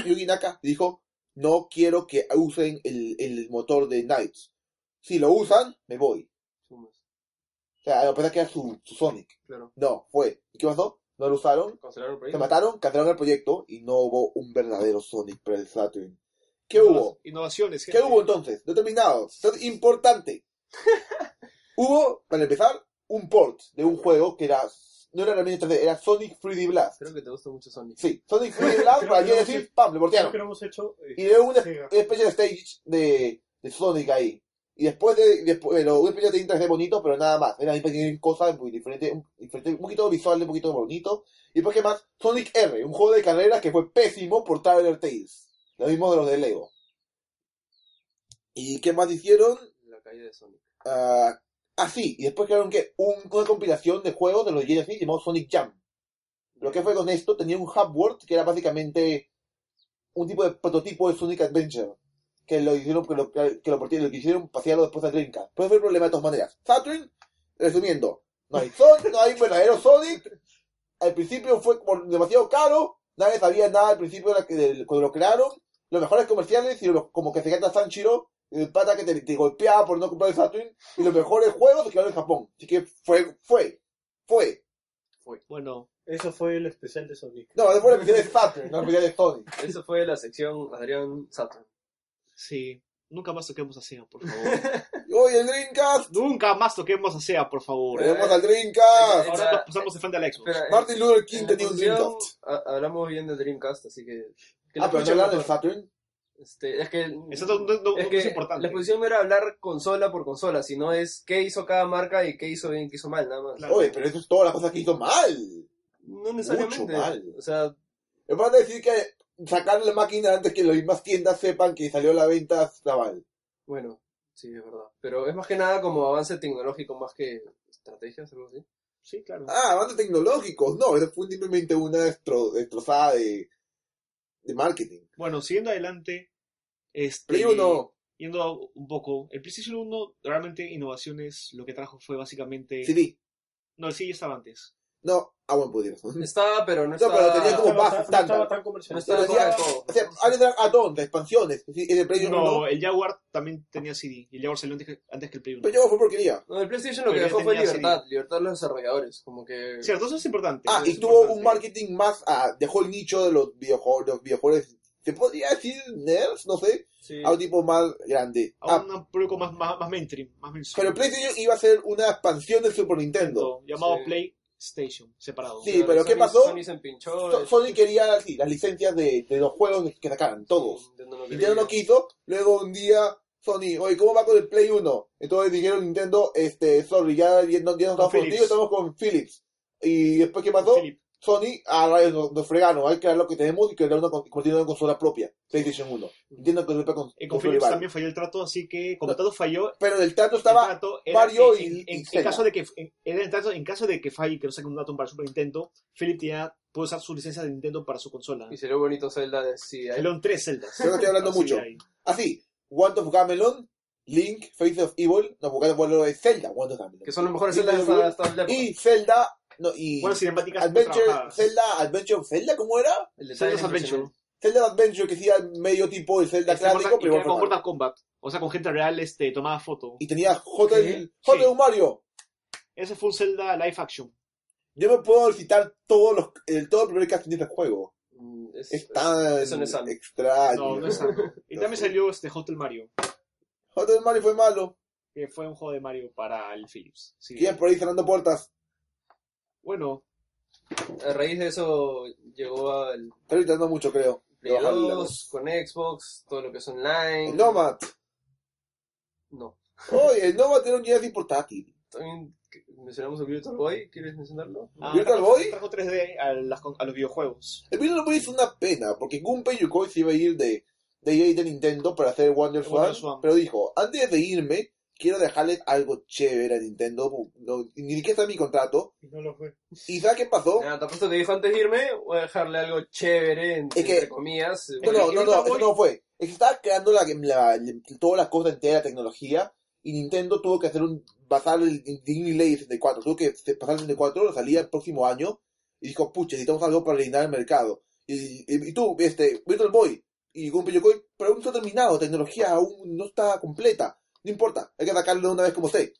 Yuji Naka dijo, no quiero que usen el, el motor de Knights. Si lo usan, me voy.
Sumas.
O sea, a pesar que era su, su Sonic.
Claro.
No, fue. ¿Y qué pasó? No lo usaron,
Cancelaron el
se
proyecto.
mataron, cancelaron el proyecto y no hubo un verdadero Sonic para el Saturn. ¿Qué
Innova-
hubo?
Innovaciones.
¿Qué
gente.
hubo entonces? No he terminado. Esto es importante. hubo, para empezar, un port de un juego que era, no era realmente 3D, era Sonic 3D Blast.
Creo que te gusta mucho Sonic.
Sí, Sonic 3D Blast
Creo
para
que
yo
no
decir,
sé.
¡pam! Le
Creo
portearon.
que lo hemos hecho. eh,
Y de una
Sega.
especie de stage de, de Sonic ahí. Y después de, después, bueno, una especie de un 3D bonito, pero nada más. Era una pequeña cosa muy diferente, un, diferente, un poquito visual, un poquito bonito. Y después, ¿qué más? Sonic R, un juego de carreras que fue pésimo por Traveler Tales. Lo mismo de los de Lego. ¿Y qué más hicieron?
La caída de Sonic.
Ah, ah, sí, y después crearon que un, una compilación de juegos de los Genesis llamado Sonic Jam. Lo que fue con esto, tenía un hub world que era básicamente un tipo de prototipo de Sonic Adventure. Que lo hicieron, que lo, que lo, partieron- lo que hicieron pasearlo después a Dreamcast. Puede ser problema de todas maneras. Saturn, resumiendo, no hay Sonic, no hay un verdadero Sonic. Al principio fue como demasiado caro, nadie sabía nada al principio de la que- del- cuando lo crearon. Los mejores comerciales, y lo- como que se canta Sanchiro, el pata que te, te golpeaba por no comprar el Saturn y los mejores juegos se quedaron en Japón. Así que fue, fue, fue.
Bueno,
Eso fue el especial de Sonic.
No, después la especial de Saturn, no la especial de Sonic.
Esa fue la sección Adrián Saturn.
sí. Nunca más toquemos a Sega, por favor.
Oye, el Dreamcast.
Nunca más toquemos a Sega, por favor. ¿eh?
Volvemos al Dreamcast.
Ahora
Espera,
pasamos de frente al Xbox.
Espera, en-
Martin Luther
en
King
la
tenía un
sección
Dreamcast.
ha- hablamos bien de Dreamcast, así que. que la
Ah, pero no
escuchen
hablar del
mejor.
Saturn.
Este, es que.
Eso no, no- no-
es
no
que
es importante.
la exposición no era hablar consola por consola, sino es qué hizo cada marca y qué hizo bien, qué hizo mal, nada más.
Claro.
Oye, pero eso es toda la cosa que hizo mal.
No necesariamente.
Mucho mal.
O sea,
Me van a decir que sacar la máquina antes que las mismas tiendas sepan que salió a la venta está mal.
bueno, Sí, es verdad. Pero es más que nada como avance tecnológico más que estrategias, algo así.
Sí, claro.
Ah, avances tecnológicos. No, eso fue simplemente una destro- destrozada de, de marketing.
Bueno, siguiendo adelante, este,
Play uno,
yendo a- un poco, el PlayStation 1 realmente innovaciones lo que trajo fue básicamente...
CD.
No, el CD ya estaba antes.
No, ah, bueno, podría ser.
Estaba, pero no
No,
estaba...
pero tenía como
No estaba
base
tan- no
estándar.
estaba tan
No
comercializado.
estaba
Pero decía-
como todo.
O sea, hay add-ons, expansiones. Es decir, en el Play 1.
No, eh. el Jaguar también tenía CD. Y el Jaguar salió antes que, antes que el Play 1.
Pero yo fue porquería.
No, el PlayStation lo que
Pero ya
dejó fue
tenía
libertad, libertad de los desarrolladores, como que...
Cierto, eso es importante.
Ah,
eso es
y tuvo un
importante.
marketing más. ah, dejó el nicho de los videojuegos. Los videojuegos ¿Se podría decir nerds? No sé.
Sí.
A un tipo más grande.
A
Ah,
un público más, más, más mainstream. Más mainstream.
pero el PlayStation iba a ser una expansión del Super Nintendo.
Llamado
Sí.
PlayStation, separado.
Sí, pero ¿qué pasó?
Sony se empinchó.
So- Sony quería sí, las licencias de, de los juegos que sacaran, todos.
Nintendo no
Nintendo no
quería.
quiso, luego un día Sony, oye, ¿cómo va con el Play 1? Entonces dijeron Nintendo, este, sorry, ya, ya no, ya no estamos
Con
contigo,
Philips.
estamos con Philips. Y después, ¿qué pasó?
Philip,
Sony, ah, rayos, nos, nos fregaron, hay que crear lo que tenemos y crear una, con- convertirlo en una consola propia, PlayStation 1. Nintendo que se con,
eh, con
con
Philips
rival.
también falló el trato, así que como
No.
tanto falló,
Pero el trato estaba,
el trato era
Mario
que en,
y-
en-
y
en
Sega.
caso de que en, era el trato, en caso de que falle que no saquen un dato para Super Nintendo, Philip ya puede usar su licencia de Nintendo para su consola.
Y sería bonito Zelda de sí, ahí.
Salieron tres celdas.
creo que estoy hablando mucho. Así, One of Gamelon, Link, Face of Evil, no, porque bueno, es Zelda, One of Gamelon.
Que son los mejores
Y
Zelda de
luego-
esta, esta época.
Y Zelda, no, y...
Bueno, cinemáticas
Adventure,
trabajadas.
Zelda, Adventure of Zelda, ¿cómo era?
El detalle
Zelda's Adventure.
impresionante.
Zelda Adventure que sí era medio tipo el Zelda
Este,
clásico,
Mortal-
pero
y que era con
igual formato.
Mortal Kombat. O sea, con gente real este, tomaba foto.
Y tenía Hotel, Hotel
Sí.
Mario.
Ese fue un Zelda live action.
Yo me puedo citar todos los, el, todo el primer casting de este juego.
Mm, es-
Es tan
eso no es sano.
extraño.
No, no es tanto. Y también salió este Hotel Mario,
Hotel Mario fue malo.
que fue un juego de Mario para el Philips. Sí.
Que iban por ahí cerrando puertas.
Bueno,
A raíz de eso llegó al
Está gritando mucho, creo.
Play
Ojalá.
2, con Xbox, todo lo que es online.
El Nomad.
No.
Oye, el Nomad era un Jedi portátil.
También que- mencionamos el Virtual Boy, ¿quieres mencionarlo?
ah,
¿Virtual
trajo-
Boy?
Trajo 3D a, las con- a los videojuegos.
El Virtual Boy es una pena, porque Gunpei Yokoi se iba a ir de, de EA y de Nintendo para hacer Wonder
El Wonder
Swan,
Swan.
pero dijo, antes de irme, quiero dejarles algo chévere a Nintendo, no, ni que está mi contrato.
Y no lo fue.
¿Y sabes qué pasó?
Ah, te apuesto que dijo antes de irme, voy a dejarle algo chévere, en-
Es que-
entre comillas.
No, no,
el
no,
Virtual
no, eso
Boy-
no fue. Es que estaba creando la, la, la- toda la cosa entera de la tecnología y Nintendo tuvo que hacer un basar el Disney Ley 64. Tuvo que se- pasar el 64, salía el próximo año y dijo, pucha, necesitamos algo para rellenar el mercado. Y, y, y tú, este, Virtual Boy y Gunpei Yokoi, pero aún no está terminado, tecnología aún no está completa. No importa, hay que atacarlo una vez como esté.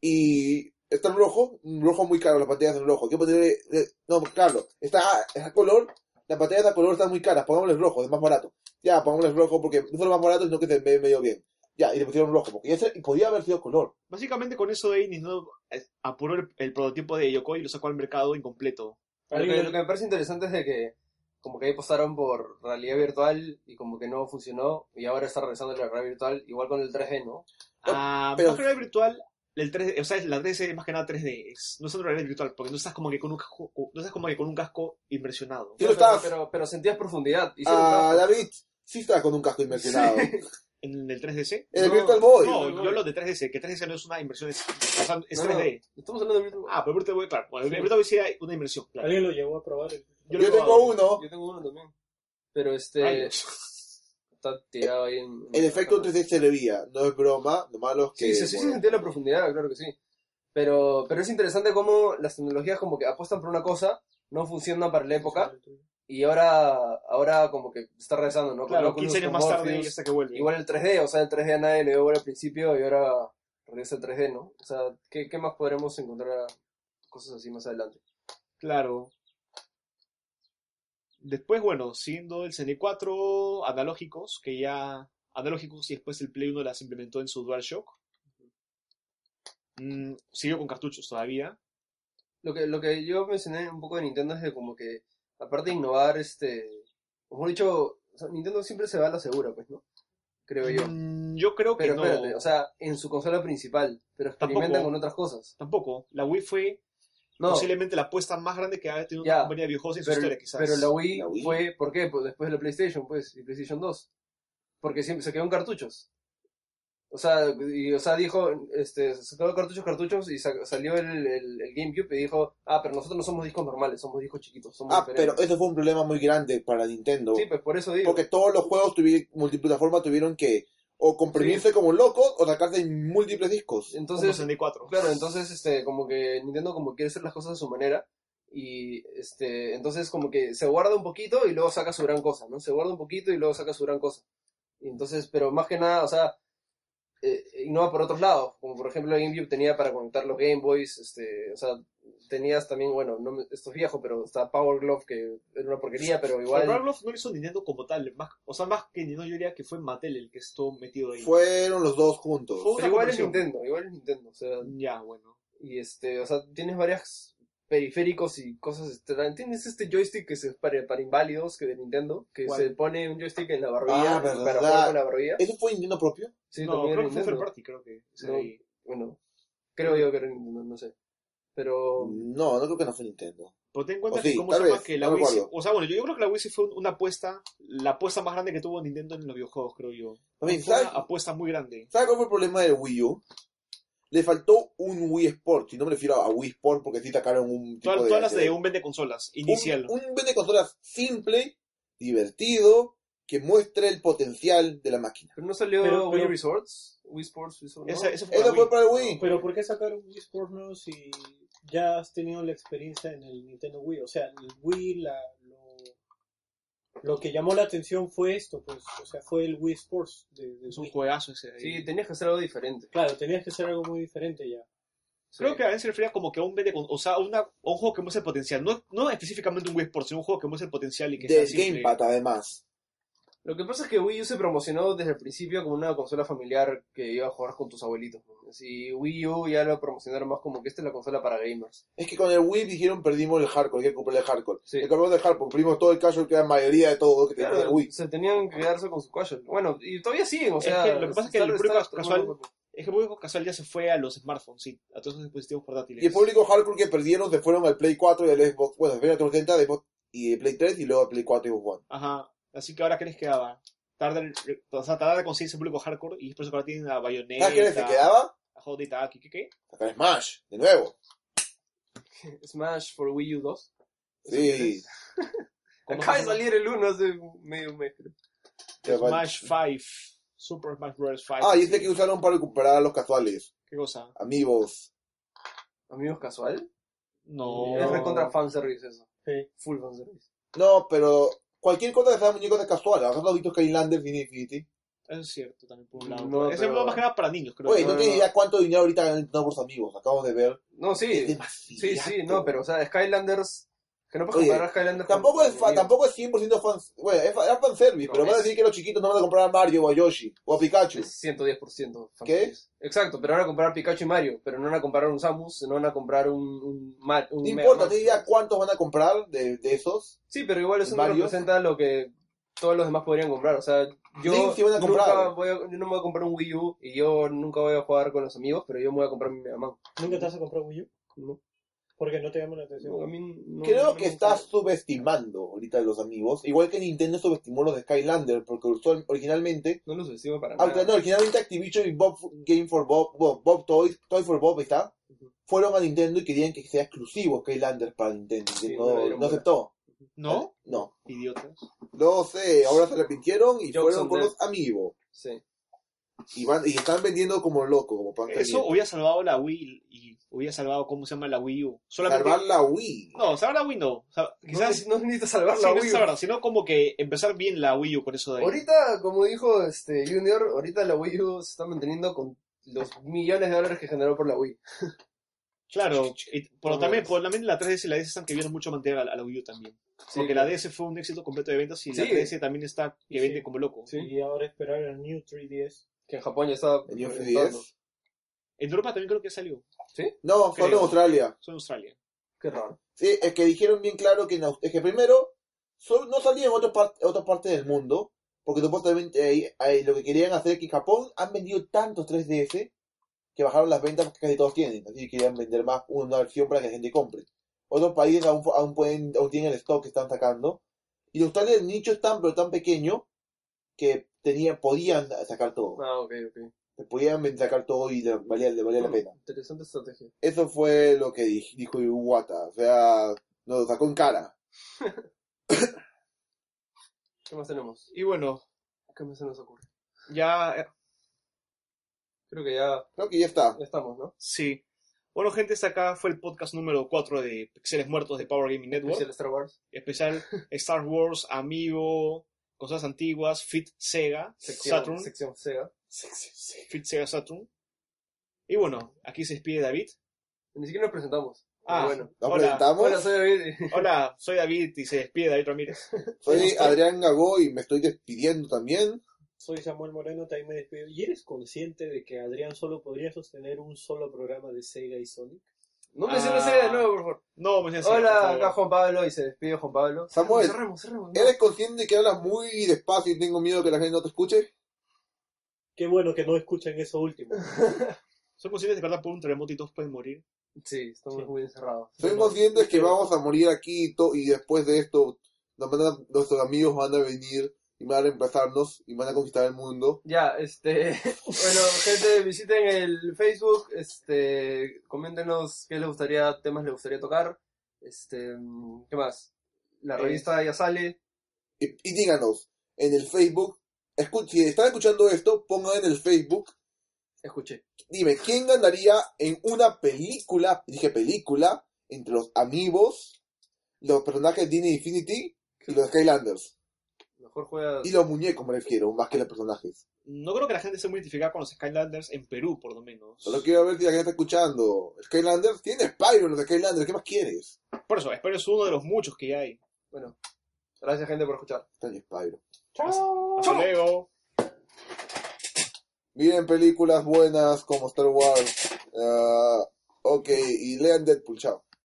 Y está en rojo, un rojo muy caro, las pantallas en rojo. Hay que ponerle, eh, no, Carlos, está, está color, las pantallas de color están muy caras, pongámosle rojo, es más barato ya, pongámosle rojo porque no solo más barato, sino que se ve medio bien. Ya, y le pusieron rojo, porque ese podía haber sido color.
Básicamente con eso de Nintendo eh, apuró el, el prototipo de Yokoi y lo sacó al mercado incompleto.
Lo que, lo que me parece interesante es de que como que ahí pasaron por realidad virtual y como que no funcionó y ahora está regresando la realidad virtual igual con el 3D, ¿no?
Ah,
pero-
Más que realidad virtual, el 3D, o sea, la 3D es más que nada 3D. es- no es una realidad virtual, porque no estás como que con un casco, no estás como que con un casco inversionado.
Tú
Pero-
estabas-
pero, pero sentías profundidad. y sí
Ah,
notabas.
David, sí estaba con un casco inversionado.
¿En el 3DC?
En el
No,
Virtual Boy.
No,
no,
yo
no.
hablo de 3DC, que 3DC no es una inversión, es, o sea, es
No, no.
3D.
Estamos hablando de Virtual Boy.
Ah, pero ahorita voy, claro. Bueno, ahorita voy a decir una inversión. Claro.
Alguien lo llevó a probar. el-
yo
lo he
tengo
probado.
uno.
Yo tengo uno también. Pero este
Ay, Dios.
está tirado ahí en... en
El
la
efecto
cama.
3D se le veía. No es broma, lo malo es
Sí,
que...
sí, sí, sí
bueno,
sentía la profundidad, claro que sí. Pero, pero es interesante cómo las tecnologías como que apuestan por una cosa, no funcionan para la época, y ahora, ahora como que está regresando, ¿no? Con
Claro,
Oculus,
15 años
con
más tarde
Morpheus.
y hasta que vuelve.
Igual el 3D, o sea, el 3D a nadie le dio bueno al principio y ahora regresa el 3D, ¿no? O sea, ¿qué, qué más podremos encontrar cosas así más adelante?
Claro. Después, bueno, siendo el CD4 analógicos, que ya analógicos y después el Play 1 las implementó en su DualShock. Mm, siguió con cartuchos todavía.
Lo que, lo que yo mencioné un poco de Nintendo es de como que, aparte de innovar, este, como he dicho, o sea, Nintendo siempre se va a la segura, pues, ¿no? Creo yo.
Mm, yo creo que
Pero
no.
espérate, o sea, en su consola principal, pero experimentan
Tampoco.
con otras cosas.
Tampoco. La Wii fue
No,
posiblemente la apuesta más grande que ha tenido
Ya,
una compañía de videojuegos en su
pero,
historia, quizás.
pero la, Wii
La Wii.
fue, ¿por qué? Pues después de la PlayStation, pues, y PlayStation 2. Porque siempre se quedaron cartuchos. O sea, y, o sea, dijo, este, sacó cartuchos, cartuchos y sa- salió el, el, el GameCube y dijo, ah, pero nosotros no somos discos normales, somos discos chiquitos, somos
Ah,
diferentes".
pero eso fue un problema muy grande para Nintendo.
Sí, pues por eso digo.
porque todos los juegos tuvi- multiplataforma tuvieron que o comprimirse como locos o sacarse en múltiples discos.
Entonces,
Entonces,
64.
claro, entonces, este, como que Nintendo como quiere hacer las cosas a su manera y, este, entonces como que se guarda un poquito y luego saca su gran cosa, ¿no? Se guarda un poquito y luego saca su gran cosa. Y entonces, pero más que nada, o sea, eh, innova por otros lados, como por ejemplo GameCube tenía para conectar los Game Boys, este, o sea, tenías también, bueno, no, me- esto es viejo, pero está Power Glove que era una porquería, pero
Pero
igual...
Ragnarok no lo hizo Nintendo como tal. Más, o sea, más que Nintendo, yo diría que fue Mattel el que estuvo metido ahí.
Fueron los dos juntos.
Fue-
Pero igual es
conversión.
Nintendo, igual es Nintendo, o sea,
Ya, bueno.
Y este, o sea, tienes varias periféricos y cosas extrañas. Tienes este joystick que es para, para inválidos que de Nintendo, que
¿Cuál?
se pone un joystick en la barbilla
Ah,
para
¿verdad? Eh,
jugar con la barbilla.
¿Eso fue Nintendo propio?
Sí,
no,
también
creo que fue
de
Fair
Nintendo.
Party, creo que. o sea,
No.
ahí.
Bueno, creo yo que era Nintendo, no sé. Pero
No, no creo que no fue Nintendo.
Pero ten en cuenta
O sí,
que como
tal
se llama
vez,
que la
no
Wii sí-
recuerdo.
O sea, bueno, yo, yo creo que la Wii sí fue un- una apuesta, la apuesta más grande que tuvo Nintendo en los videojuegos, creo yo.
También,
Fue
¿sabes,
una apuesta muy grande.
¿sabes cuál fue el problema del Wii U? Le faltó un Wii Sport, y no me refiero a Wii Sport porque sí sacaron un tipo
Todas,
de...
todas las de un vende consolas, inicial.
Un, un vende consolas simple, divertido, que muestre el potencial de la máquina.
pero no salió
Pero-
Wii
pero-
Resorts, Wii Sports, Wii Sports. ¿no?
Esa, esa fue
Eso
la
fue
Wii. pues,
para el Wii.
Pero ¿por qué sacar un Wii Sport nuevo si ya has tenido la experiencia en el Nintendo Wii? O sea, el Wii, la, lo, lo que llamó la atención fue esto, pues, o sea, fue el Wii Sports de, de
Es un
Wii.
juegazo ese. ahí.
Sí, tenías que hacer algo diferente.
Claro, tenías que hacer algo muy diferente ya.
Creo
Sí.
que a veces se refería como que a un vende con, o sea, a una, a un juego que muestra el potencial. No, no específicamente un Wii Sports, sino un juego que muestra el potencial y que sea
Del
simple.
Gamepad, además.
Lo que pasa es que Wii U se promocionó desde el principio como una consola familiar que iba a jugar con tus abuelitos. ¿no? Y Wii U ya lo promocionaron más como que esta es la consola para gamers.
Es que con el Wii dijeron perdimos el hardcore, hay que comprar el hardcore.
Sí.
El campeón del hardcore, perdimos todo el caso que era la mayoría de todos que tenían
Claro,
el Wii.
se tenían que quedarse con su casual. Bueno, y todavía siguen, o
Es
sea...
que lo que pasa es que el
está-
público
está-
casual- Es que el público casual ya se fue a los smartphones, sí, a todos esos dispositivos portátiles.
Y el público hardcore que perdieron se fueron al Play 4 y al Xbox, bueno, se fueron al 360 de Xbox y de Play 3 y luego al Play 4 y Xbox One.
Ajá. Así que ahora, ¿qué les quedaba? Tarda, en- o sea, tarda de conseguirse el público hardcore y es por eso que ahora tienen a Bayonetta.
¿Sabes Ah, qué les se quedaba?
A Hot Data, ¿qué, qué, qué?
Sacar Smash, de nuevo.
Smash for Wii U 2.
Sí.
¿Cómo
Acaba de
se llama?
salir el 1 hace medio mes. creo.
Smash 5. Super Smash Bros. 5.
Ah, y este que usaron para recuperar a los casuales,
¿Qué cosa?
amigos.
¿Amigos casual?
No.
Es recontra fanservice eso.
Sí.
Full fanservice.
No, pero cualquier cosa que sea muñecos de casual, ¿has visto Skylanders y Infinity?
Eso es cierto, también por un lado.
No,
es
pero-
más que nada para niños, creo.
Oye,
yo.
no tienes idea cuánto dinero ahorita ganan todos los amigos, acabamos de ver.
No,
Es
sí.
demasiado.
Sí, sí, no, pero o sea, Skylanders... Que no puedes
Oye,
comparar Skylanders con-
Tampoco es,
con
fa-
amigos.
tampoco es 100% fan, bueno, es, fa- es fanservice,
No,
pero van a
es-
decir que los chiquitos no van a comprar a Mario o a Yoshi o a Pikachu.
Es 110%. fan
¿Qué?
service. Exacto, pero van a comprar Pikachu y Mario, pero no van a comprar un Samus, no van a comprar un... un, Ma- un
No
Mega
importa,
Man.
¿tienes idea cuántos van a comprar de, de esos?
Sí, pero igual eso no
Varios.
representa lo que todos los demás podrían comprar. O sea, yo,
Sí, sí van a
nunca
comprar.
voy a- yo no me voy a comprar un Wii U y yo nunca voy a jugar con los amigos, pero yo me voy a comprar mi Mega Man.
¿Nunca te has comprado Wii U?
No.
Porque no te llama la atención.
No, Pues, a mí no-
Creo
no
que
me
estás
gusta.
subestimando ahorita a los amigos, igual que Nintendo subestimó los de Skylander, porque usual- originalmente,
No lo subestimo para
aunque no,
nada.
originalmente Activision y Bob Game for Bob, Bob, Bob Toys, Toy for Bob, ahí está,
Ujú.
fueron a Nintendo y querían que sea exclusivo Skylander para Nintendo,
Sí,
Nintendo
no le
no,
dieron bola.
aceptó.
¿No?
No,
Idiotas.
no sé, ahora se arrepintieron y
Jokes
fueron
on
con
them.
los amigos.
Sí.
Y, van, y están vendiendo como loco, como pan
Eso
caliente.
hubiera salvado la Wii y hubiera salvado, ¿cómo se llama la Wii U? Solamente.
Salvar la Wii.
No, salvar la Wii no. O sea, quizás.
no, no necesitas salvar
sí,
la
no
Wii.
es salvar, sino como que empezar bien la Wii U con eso de ahí.
Ahorita, como dijo este Junior, ahorita la Wii U se está manteniendo con los millones de dólares que generó por la Wii.
Claro, y por,
No,
también,
es-
por también la 3DS y la DS están queriendo mucho mantener a, a la Wii U también.
Sí,
porque
claro.
la DS fue un éxito completo de ventas y la
Sí.
3DS también está que
Sí.
vende como loco.
Sí.
Y ahora esperar el New 3DS.
Que en Japón ya está...
El New
reventando.
3DS.
En Europa también creo que salió,
No, solo en
Creo.
Australia.
son Australia.
Qué raro.
Sí, es que dijeron bien claro que, en Aus- es que primero sol- no salía en otra, parte otra parte del mundo, porque supuestamente ahí- ahí lo que querían hacer es que en Japón han vendido tantos 3DS que bajaron las ventas que casi todos tienen, así que querían vender más una versión para que la gente compre. Otros países aún, fu- aún, pueden, aún tienen el stock que están sacando, y en Australia el nicho es tan pero tan pequeño que tenía, podían sacar todo.
Ah, ok, ok.
Te podían sacar todo y le valía, le valía la pena.
Interesante estrategia.
Eso fue lo que di- dijo Iwata. O sea, nos sacó en cara.
¿Qué más tenemos?
Y bueno,
¿Qué más se nos ocurre?
ya eh,
Creo que ya,
Creo que ya está.
ya estamos, ¿no?
sí. Bueno, gente, hasta acá fue el podcast número 4 de Pixeles Muertos de Power Gaming Network.
Especial Star Wars.
especial Star Wars, Amigo, cosas antiguas, Fit Sega,
Sección,
Saturn,
sección Sega.
Fit Sega Saturn. Y bueno, aquí se despide David.
Ni siquiera nos presentamos.
Ah,
Pero bueno.
Nos
Hola.
presentamos.
Hola, soy David.
Hola, soy David y se despide David Ramírez.
Soy
gusto.
Adrián Gagó y me estoy despidiendo también.
Soy Samuel Moreno, también me despido. ¿Y eres consciente de que Adrián solo podría sostener un solo programa de Sega y Sonic?
No
Ah.
menciones Sega de nuevo, por favor.
No, pues, me decía, Ah, por
Hola,
favor.
acá Juan Pablo y se despide Juan Pablo.
Samuel.
Cerremos, cerremos. no.
¿Eres consciente que hablas muy despacio y tengo miedo que la gente no te escuche?
Qué bueno que no escuchen eso último.
¿Son conscientes de que verdad por un terremoto y todos pueden morir?
Sí, estamos
Sí.
muy encerrados.
Soy
Pero-
consciente que vamos a morir aquí y, to- y después de esto nos van a- nuestros amigos van a venir y van a reemplazarnos y van a conquistar el mundo.
Ya, este. Bueno, gente, visiten el Facebook, este. Coméntenos qué les gustaría, temas les gustaría tocar. Este. ¿Qué más? La
Eh.
revista ya sale.
Y, y díganos en el Facebook, escu- si están escuchando esto, pongan en el Facebook,
Escuché.
dime, ¿quién ganaría en una película, dije película, entre los amigos, los personajes de Disney Infinity y los Skylanders?
Mejor juega.
Y los muñecos me refiero, más que los personajes.
No creo que la gente esté muy identificada con los Skylanders en Perú, por lo menos.
Solo quiero ver si la gente está escuchando. Skylanders tiene Spyro en los Skylanders, ¿qué más quieres?
Por eso, espero es uno de los muchos que hay.
Bueno, gracias, gente, por escuchar.
Está en Spyro.
Hasta luego.
Miren películas buenas como Star Wars. ah, ok, y lean Deadpool, chao.